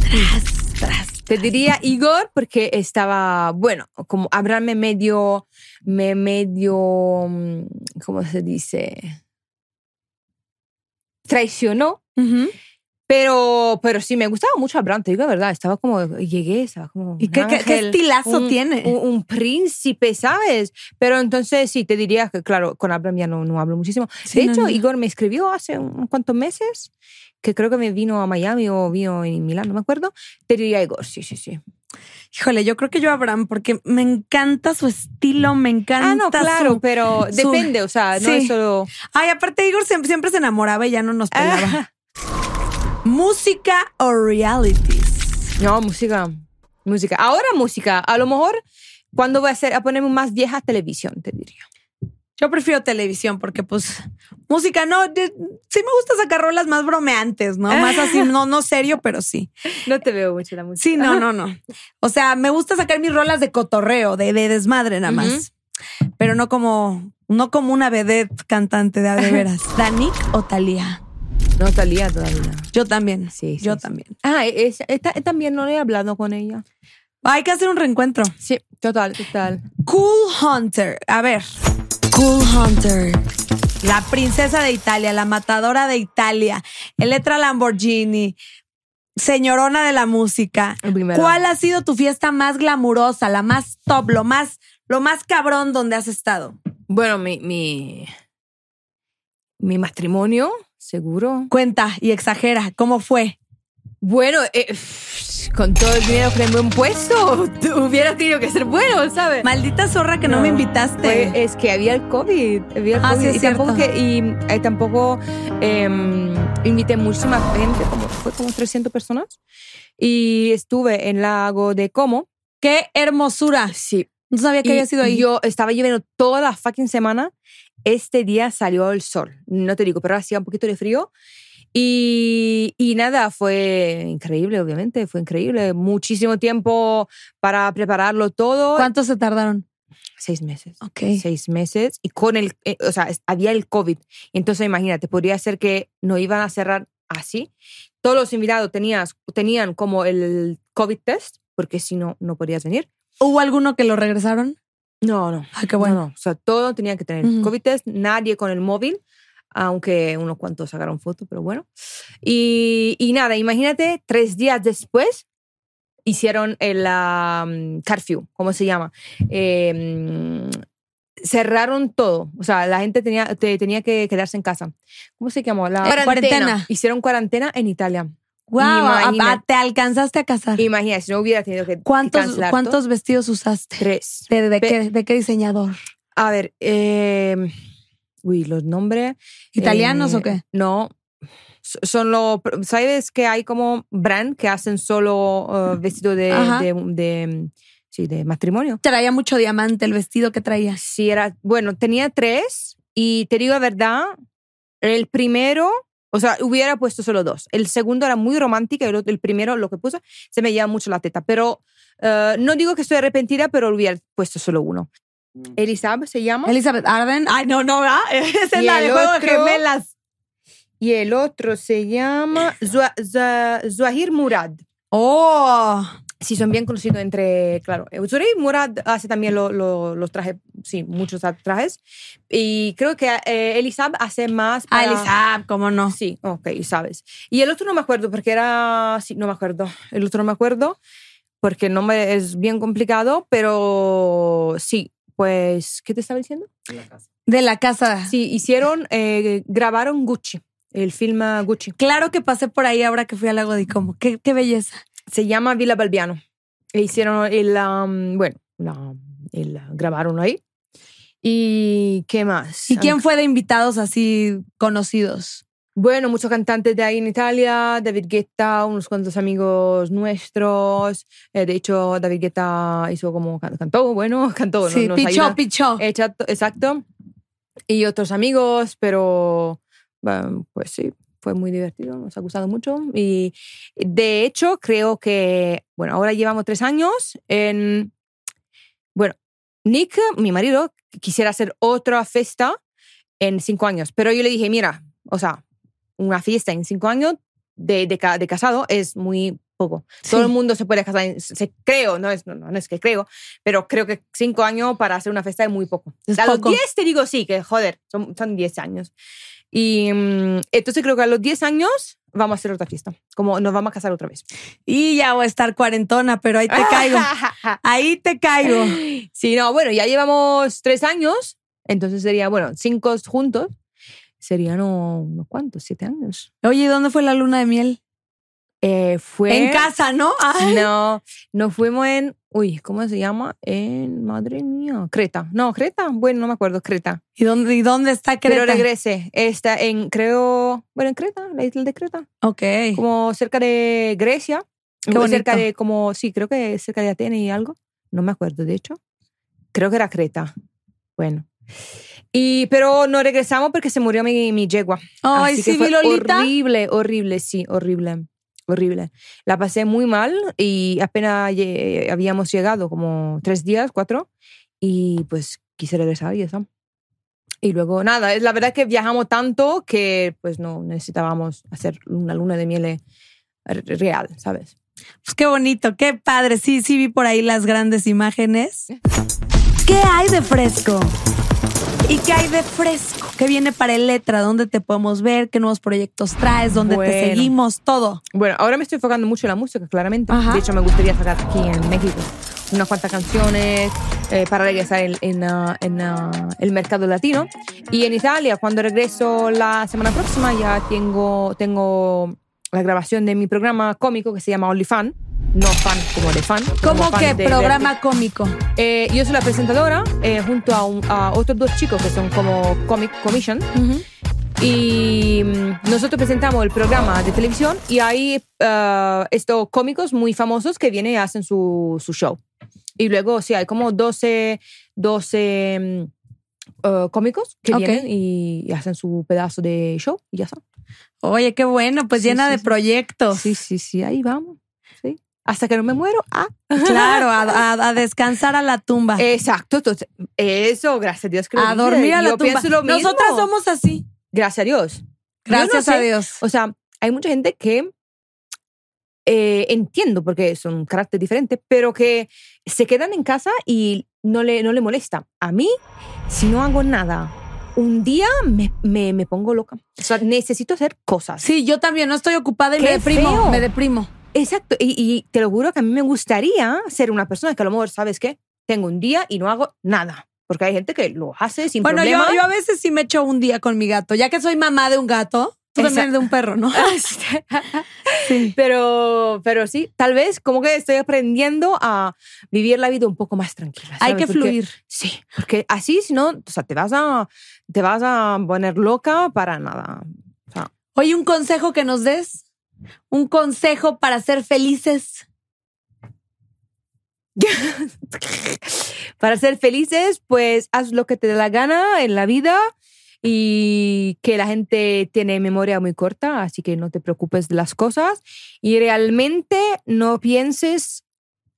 Speaker 3: Tras, tras.
Speaker 4: Te diría Igor porque estaba, bueno, como Abraham me medio, me medio, mm, ¿cómo se dice? Traicionó,
Speaker 3: Ujú.
Speaker 4: pero, pero sí, me gustaba mucho Abraham, te digo la verdad, estaba como, llegué, estaba como...
Speaker 3: ¿Y
Speaker 4: un
Speaker 3: qué, qué- qué
Speaker 4: ángel,
Speaker 3: estilazo
Speaker 4: un-
Speaker 3: tiene?
Speaker 4: Un, un príncipe, ¿sabes? Pero entonces sí, te diría que, claro, con Abraham ya no, no hablo muchísimo.
Speaker 3: Sí,
Speaker 4: de
Speaker 3: no,
Speaker 4: hecho,
Speaker 3: no.
Speaker 4: Igor me escribió hace un- unos cuantos meses, que creo que me vino a Miami o vino en Milán, no me acuerdo. Te diría Igor, sí, sí, sí.
Speaker 3: Híjole, yo creo que yo Abraham, porque me encanta su estilo, me encanta.
Speaker 4: Ah, no, claro,
Speaker 3: su-
Speaker 4: pero
Speaker 3: su-
Speaker 4: depende, o sea, no
Speaker 3: Sí.
Speaker 4: es solo.
Speaker 3: Ay, aparte Igor siem- siempre, se enamoraba y ya no nos pelaba.
Speaker 4: Ah.
Speaker 3: Música o realities.
Speaker 4: No, música. Música. Ahora música. A lo mejor cuando voy a, hacer, a ponerme más vieja televisión, te diría.
Speaker 3: Yo prefiero televisión porque pues música no, de- sí me gusta sacar rolas más bromeantes, ¿no? Más así, no, no serio, pero sí.
Speaker 4: No te veo mucho la música.
Speaker 3: Sí, no, no, no. O sea, me gusta sacar mis rolas de cotorreo, de, de desmadre nada más. Pero no como, no como una vedette cantante de a de veras. ¿Danik o Talía?
Speaker 4: No, Talía todavía.
Speaker 3: Yo también.
Speaker 4: Sí, sí,
Speaker 3: Yo
Speaker 4: sí.
Speaker 3: también.
Speaker 4: Ah, es- esta- también no he hablado con ella.
Speaker 3: Hay que hacer un reencuentro.
Speaker 4: Sí, total, total.
Speaker 3: Cool Hunter. A ver,
Speaker 5: Cool Hunter.
Speaker 3: la princesa de Italia, la matadora de Italia, Eletra Lamborghini, señorona de la música.
Speaker 4: El primero.
Speaker 3: ¿Cuál ha sido tu fiesta más glamurosa, la más top, lo más, lo más cabrón donde has estado?
Speaker 4: Bueno, mi, mi, mi matrimonio, seguro.
Speaker 3: Cuenta y exagera, ¿cómo fue?
Speaker 4: Bueno, eh, con todo el dinero que me han puesto, hubiera tenido que ser bueno, ¿sabes?
Speaker 3: Maldita zorra que no,
Speaker 4: No,
Speaker 3: me invitaste.
Speaker 4: Fue- eh, es que había el COVID. Había el
Speaker 3: Ah,
Speaker 4: COVID.
Speaker 3: sí, es
Speaker 4: y tampoco,
Speaker 3: cierto.
Speaker 4: que- y, eh, tampoco em, invité muchísima gente, como, fue como 300 personas. Y estuve en Lago de Como.
Speaker 3: Qué hermosura.
Speaker 4: Sí.
Speaker 3: No sabía que
Speaker 4: y
Speaker 3: había sido ahí.
Speaker 4: Yo estaba lloviendo toda la fucking semana. Este día salió el sol. No te digo, pero hacía un poquito de frío. Y, y nada, fue increíble, obviamente, fue increíble. Muchísimo tiempo para prepararlo todo.
Speaker 3: ¿Cuánto se tardaron?
Speaker 4: Seis meses
Speaker 3: Ok.
Speaker 4: seis meses y con el, eh, o sea, es- había el COVID. Entonces, imagínate, podría ser que no iban a cerrar así. Todos los invitados tenías, tenían como el COVID test, porque si no, no podías venir.
Speaker 3: ¿Hubo alguno que lo regresaron?
Speaker 4: No, no.
Speaker 3: Ah, qué bueno.
Speaker 4: No, no. O sea, todos tenían que tener
Speaker 3: Ujú.
Speaker 4: COVID test, nadie con el móvil, aunque unos cuantos sacaron foto, pero bueno. Y, y nada, imagínate, tres días después hicieron el am, curfew, ¿cómo se llama? Eh, mm, cerraron todo. O sea, la gente tenía, te- tenía que quedarse en casa. ¿Cómo se llamó? La
Speaker 3: Cuarentena.
Speaker 4: Hicieron cuarentena en Italia.
Speaker 3: Wow,
Speaker 4: Imagina-
Speaker 3: te alcanzaste a casar.
Speaker 4: Imagínate, si no hubiera tenido que
Speaker 3: ¿Cuántos,
Speaker 4: cancelar todo.
Speaker 3: cuántos vestidos usaste?
Speaker 4: Tres.
Speaker 3: ¿De, de
Speaker 4: Pe-
Speaker 3: qué, de qué diseñador?
Speaker 4: A ver, eh, uy, los nombres.
Speaker 3: ¿Italianos
Speaker 4: eh,
Speaker 3: o qué?
Speaker 4: No. so- Son los. ¿Sabes que hay como brand que hacen solo eh, vestido de,
Speaker 3: Mm, Ajá.
Speaker 4: de, de- mm, Sí, de matrimonio?
Speaker 3: Traía mucho diamante el vestido que traías.
Speaker 4: Sí, era. Bueno, tenía tres y te digo la verdad, El primero, o sea, hubiera puesto solo dos. El segundo era muy romántico, el, otro- el primero lo que puse se me llama mucho la teta, pero eh, no digo que estoy arrepentida, pero hubiera puesto solo uno. Elisab se llama.
Speaker 3: Elizabeth Arden. Ay, no, no, ¿verdad? Esa es
Speaker 4: Y
Speaker 3: la de
Speaker 4: el
Speaker 3: juego de
Speaker 4: otro-
Speaker 3: gemelas.
Speaker 4: y el otro se llama Zua- Za- Zuahir Murad.
Speaker 3: Oh.
Speaker 4: Sí, son bien conocidos entre, claro, Zuri Murad hace también lo- lo- los trajes, sí, muchos trajes. Y creo que eh, Elisab hace más
Speaker 3: Ah,
Speaker 4: para-
Speaker 3: Elizabeth, cómo no.
Speaker 4: Sí, ok, sabes. Y el otro no me acuerdo porque era, sí, no me acuerdo. El otro no me acuerdo porque el nombre es bien complicado, pero sí, pues, ¿qué te estaba diciendo?
Speaker 3: De la casa.
Speaker 4: Sí, hicieron, eh, grabaron Gucci, el film eh, Gucci.
Speaker 3: Claro que pasé por ahí ahora que fui al lago de Como. Qué, qué belleza.
Speaker 4: Se llama Villa Balbiano. E hicieron el, um, bueno, la- el, grabaron ahí. ¿Y qué más? Ah,
Speaker 3: ¿Y quién fue de invitados así conocidos?
Speaker 4: Bueno, muchos cantantes de ahí en Italia, David Guetta, unos cuantos amigos nuestros. Eh, de hecho, David Guetta hizo como can- cantó, bueno, cantó. ¿no? Eh,
Speaker 3: sí,
Speaker 4: Nos
Speaker 3: pichó,
Speaker 4: ayuda.
Speaker 3: pichó.
Speaker 4: Exacto, exacto. Y otros amigos, pero bueno, pues sí, fue muy divertido, nos ha gustado mucho. Y de hecho, creo que, bueno, ahora llevamos tres años en... Bueno, Nick, mi marido, quisiera hacer otra fiesta en cinco años, pero yo le dije, mira, o sea, una fiesta en cinco años de, de, ca- de casado es muy poco. Todo el mundo se puede casar, en- se, creo, no es, no, no, no es que creo, pero creo que cinco años para hacer una fiesta es muy poco.
Speaker 3: Es
Speaker 4: a
Speaker 3: poco.
Speaker 4: los 10 te digo sí, que joder, son, son 10 años. Y mm, entonces creo que a los 10 años vamos a hacer otra fiesta, como nos vamos a casar otra vez.
Speaker 3: Y ya voy a estar cuarentona, pero ahí te caigo. Ahí te caigo.
Speaker 4: sí, no, bueno, ya llevamos tres años, entonces sería, bueno, cinco juntos, serían oh, unos cuantos, siete años.
Speaker 3: Oye, ¿y ¿dónde fue la luna de miel?
Speaker 4: Eh, fue...
Speaker 3: En casa, ¿no? Ay,
Speaker 4: No, nos fuimos en, uy, ¿cómo se llama? En, madre mía, Creta. No, Creta, bueno, no me acuerdo, Creta.
Speaker 3: ¿Y dónde, y dónde está
Speaker 4: Pero
Speaker 3: Creta?
Speaker 4: regresé, está en, creo, bueno, en Creta, la isla de Creta,
Speaker 3: ok.
Speaker 4: como cerca de Grecia, como
Speaker 3: bonito.
Speaker 4: cerca de, como, sí, creo que cerca de Atenas y algo, no me acuerdo, de hecho, creo que era Creta, bueno. Y, pero no regresamos porque se murió mi, mi yegua.
Speaker 3: Ay,
Speaker 4: Así que
Speaker 3: sí,
Speaker 4: fue
Speaker 3: vi Lolita.
Speaker 4: Horrible, horrible, sí, horrible, horrible. La pasé muy mal y apenas lle- habíamos llegado, como tres días, cuatro, y pues quise regresar y eso. Y luego, nada, es la verdad que viajamos tanto que pues no necesitábamos hacer una luna de miel eh, re- real, ¿sabes?
Speaker 3: Pues qué bonito, qué padre. Sí, sí, vi por ahí las grandes imágenes. ¿Qué hay de fresco? ¿Y qué hay de fresco? ¿Qué viene para el letra? ¿Dónde te podemos ver? ¿Qué nuevos proyectos traes? ¿Dónde te
Speaker 4: Bueno.
Speaker 3: seguimos? Todo.
Speaker 4: Bueno, ahora me estoy enfocando mucho en la música, claramente.
Speaker 3: Ajá.
Speaker 4: De hecho, me gustaría sacar aquí en México unas cuantas canciones eh, para regresar en, en, ah, en, ah, el mercado latino. Y en Italia, cuando regreso la semana próxima, ya tengo, tengo la grabación de mi programa cómico que se llama Only Fan. No fan como de fan. como
Speaker 3: ¿Cómo
Speaker 4: fan
Speaker 3: que
Speaker 4: de- de-
Speaker 3: programa cómico?
Speaker 4: Eh, yo soy la presentadora eh, junto a, un- a otros dos chicos que son como Comic Commission. Y mm, nosotros presentamos el programa de televisión y hay eh, estos cómicos muy famosos que vienen y hacen su, su show. Y luego, sí, hay como 12, 12 mm, eh, cómicos que
Speaker 3: Ok.
Speaker 4: vienen y, y hacen su pedazo de show y ya está.
Speaker 3: Oye, qué bueno, pues
Speaker 4: Sí,
Speaker 3: llena
Speaker 4: sí,
Speaker 3: de
Speaker 4: sí.
Speaker 3: proyectos.
Speaker 4: Sí, sí, sí, ahí vamos. sí. Hasta que no me muero. Ah.
Speaker 3: Claro, a, a- a descansar a la tumba.
Speaker 4: Exacto, entonces, eso, gracias a Dios Eh, que lo
Speaker 3: a
Speaker 4: dices.
Speaker 3: dormir a la
Speaker 4: Yo
Speaker 3: tumba.
Speaker 4: pienso lo mismo.
Speaker 3: Nosotras somos así.
Speaker 4: Gracias a Dios. Yo no
Speaker 3: Gracias a
Speaker 4: sé.
Speaker 3: Dios.
Speaker 4: O sea, hay mucha gente que eh, entiendo porque son un carácter diferente, pero que se quedan en casa y no le, no le molesta. A mí, si no hago nada, un día me, me- me pongo loca. O sea, necesito hacer cosas.
Speaker 3: Sí, yo también no estoy ocupada y
Speaker 4: Qué
Speaker 3: me deprimo.
Speaker 4: feo.
Speaker 3: Me deprimo.
Speaker 4: Exacto. Y, y te lo juro que a mí me gustaría ser una persona que a lo mejor, ¿sabes qué? Tengo un día y no hago nada. Porque hay gente que lo hace sin
Speaker 3: Bueno, yo,
Speaker 4: problema.
Speaker 3: yo a veces sí me echo un día con mi gato, ya que soy mamá de un gato. Tú
Speaker 4: Esa-
Speaker 3: también de un perro, ¿no? sí.
Speaker 4: Pero, pero sí, tal vez como que estoy aprendiendo a vivir la vida un poco más tranquila.
Speaker 3: Hay
Speaker 4: ¿sabes?
Speaker 3: que
Speaker 4: Porque-
Speaker 3: fluir.
Speaker 4: Sí, porque así, si no, o sea, te vas a, te vas a poner loca para nada. O sea,
Speaker 3: Oye, un consejo que nos des. Un consejo para ser felices.
Speaker 4: para ser felices, pues haz lo que te dé la gana en la vida y que la gente tiene memoria muy corta, así que no te preocupes de las cosas y realmente no pienses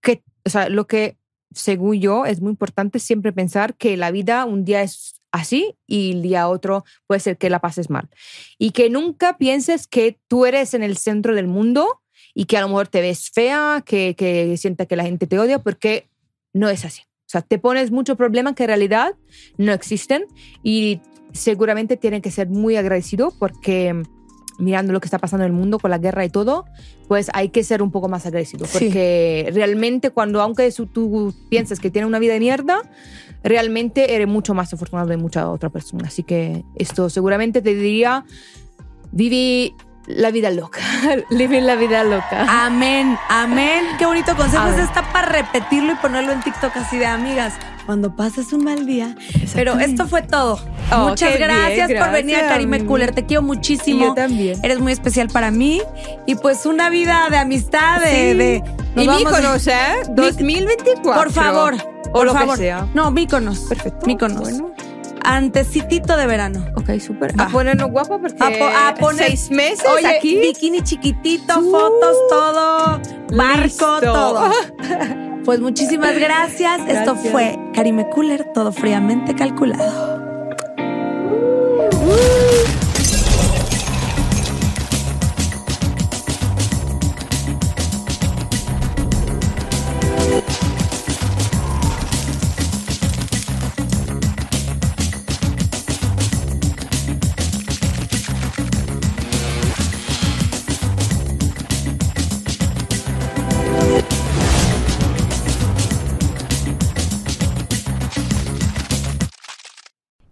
Speaker 4: que, o sea, lo que según yo es muy importante siempre pensar que la vida un día es así y el día otro puede ser que la pases mal y que nunca pienses que tú eres en el centro del mundo y que a lo mejor te ves fea, que, que sienta que la gente te odia, porque no es así. O sea, te pones muchos problemas que en realidad no existen y seguramente tienen que ser muy agradecidos porque mm, mirando lo que está pasando en el mundo con la guerra y todo, pues hay que ser un poco más agradecido.
Speaker 3: Sí.
Speaker 4: Porque realmente cuando, aunque su- tú piensas que tienes una vida de mierda, realmente eres mucho más afortunado de mucha otra persona. Así que esto seguramente te diría, vive la vida loca. vive la vida loca.
Speaker 3: Amén, amén. Qué bonito consejo.
Speaker 4: Amén.
Speaker 3: Ese está para repetirlo y ponerlo en TikTok así de amigas. Cuando pases un mal día. Pero esto fue todo.
Speaker 4: Oh,
Speaker 3: Muchas
Speaker 4: qué bien,
Speaker 3: gracias, por venir a
Speaker 4: gracias,
Speaker 3: Karime
Speaker 4: amiga.
Speaker 3: Cooler. Te quiero muchísimo.
Speaker 4: Y yo también.
Speaker 3: Eres muy especial para mí. Y pues una vida de amistad, de.
Speaker 4: Sí.
Speaker 3: de- nos
Speaker 4: y
Speaker 3: vamos-
Speaker 4: Míconos, ¿eh? 2024.
Speaker 3: Por favor.
Speaker 4: O
Speaker 3: por
Speaker 4: lo que
Speaker 3: favor.
Speaker 4: sea.
Speaker 3: No, Míconos.
Speaker 4: Perfecto.
Speaker 3: Míconos.
Speaker 4: Bueno.
Speaker 3: Antecitito de verano.
Speaker 4: Ok, súper.
Speaker 3: Va.
Speaker 4: A ponernos guapo porque
Speaker 3: Ah. A, po- a poner
Speaker 4: seis meses
Speaker 3: Oye,
Speaker 4: aquí.
Speaker 3: Bikini chiquitito,
Speaker 4: Uh,
Speaker 3: fotos, todo, barco,
Speaker 4: listo.
Speaker 3: todo. Pues muchísimas gracias. Esto
Speaker 4: Gracias.
Speaker 3: fue Karime Cooler, todo fríamente calculado.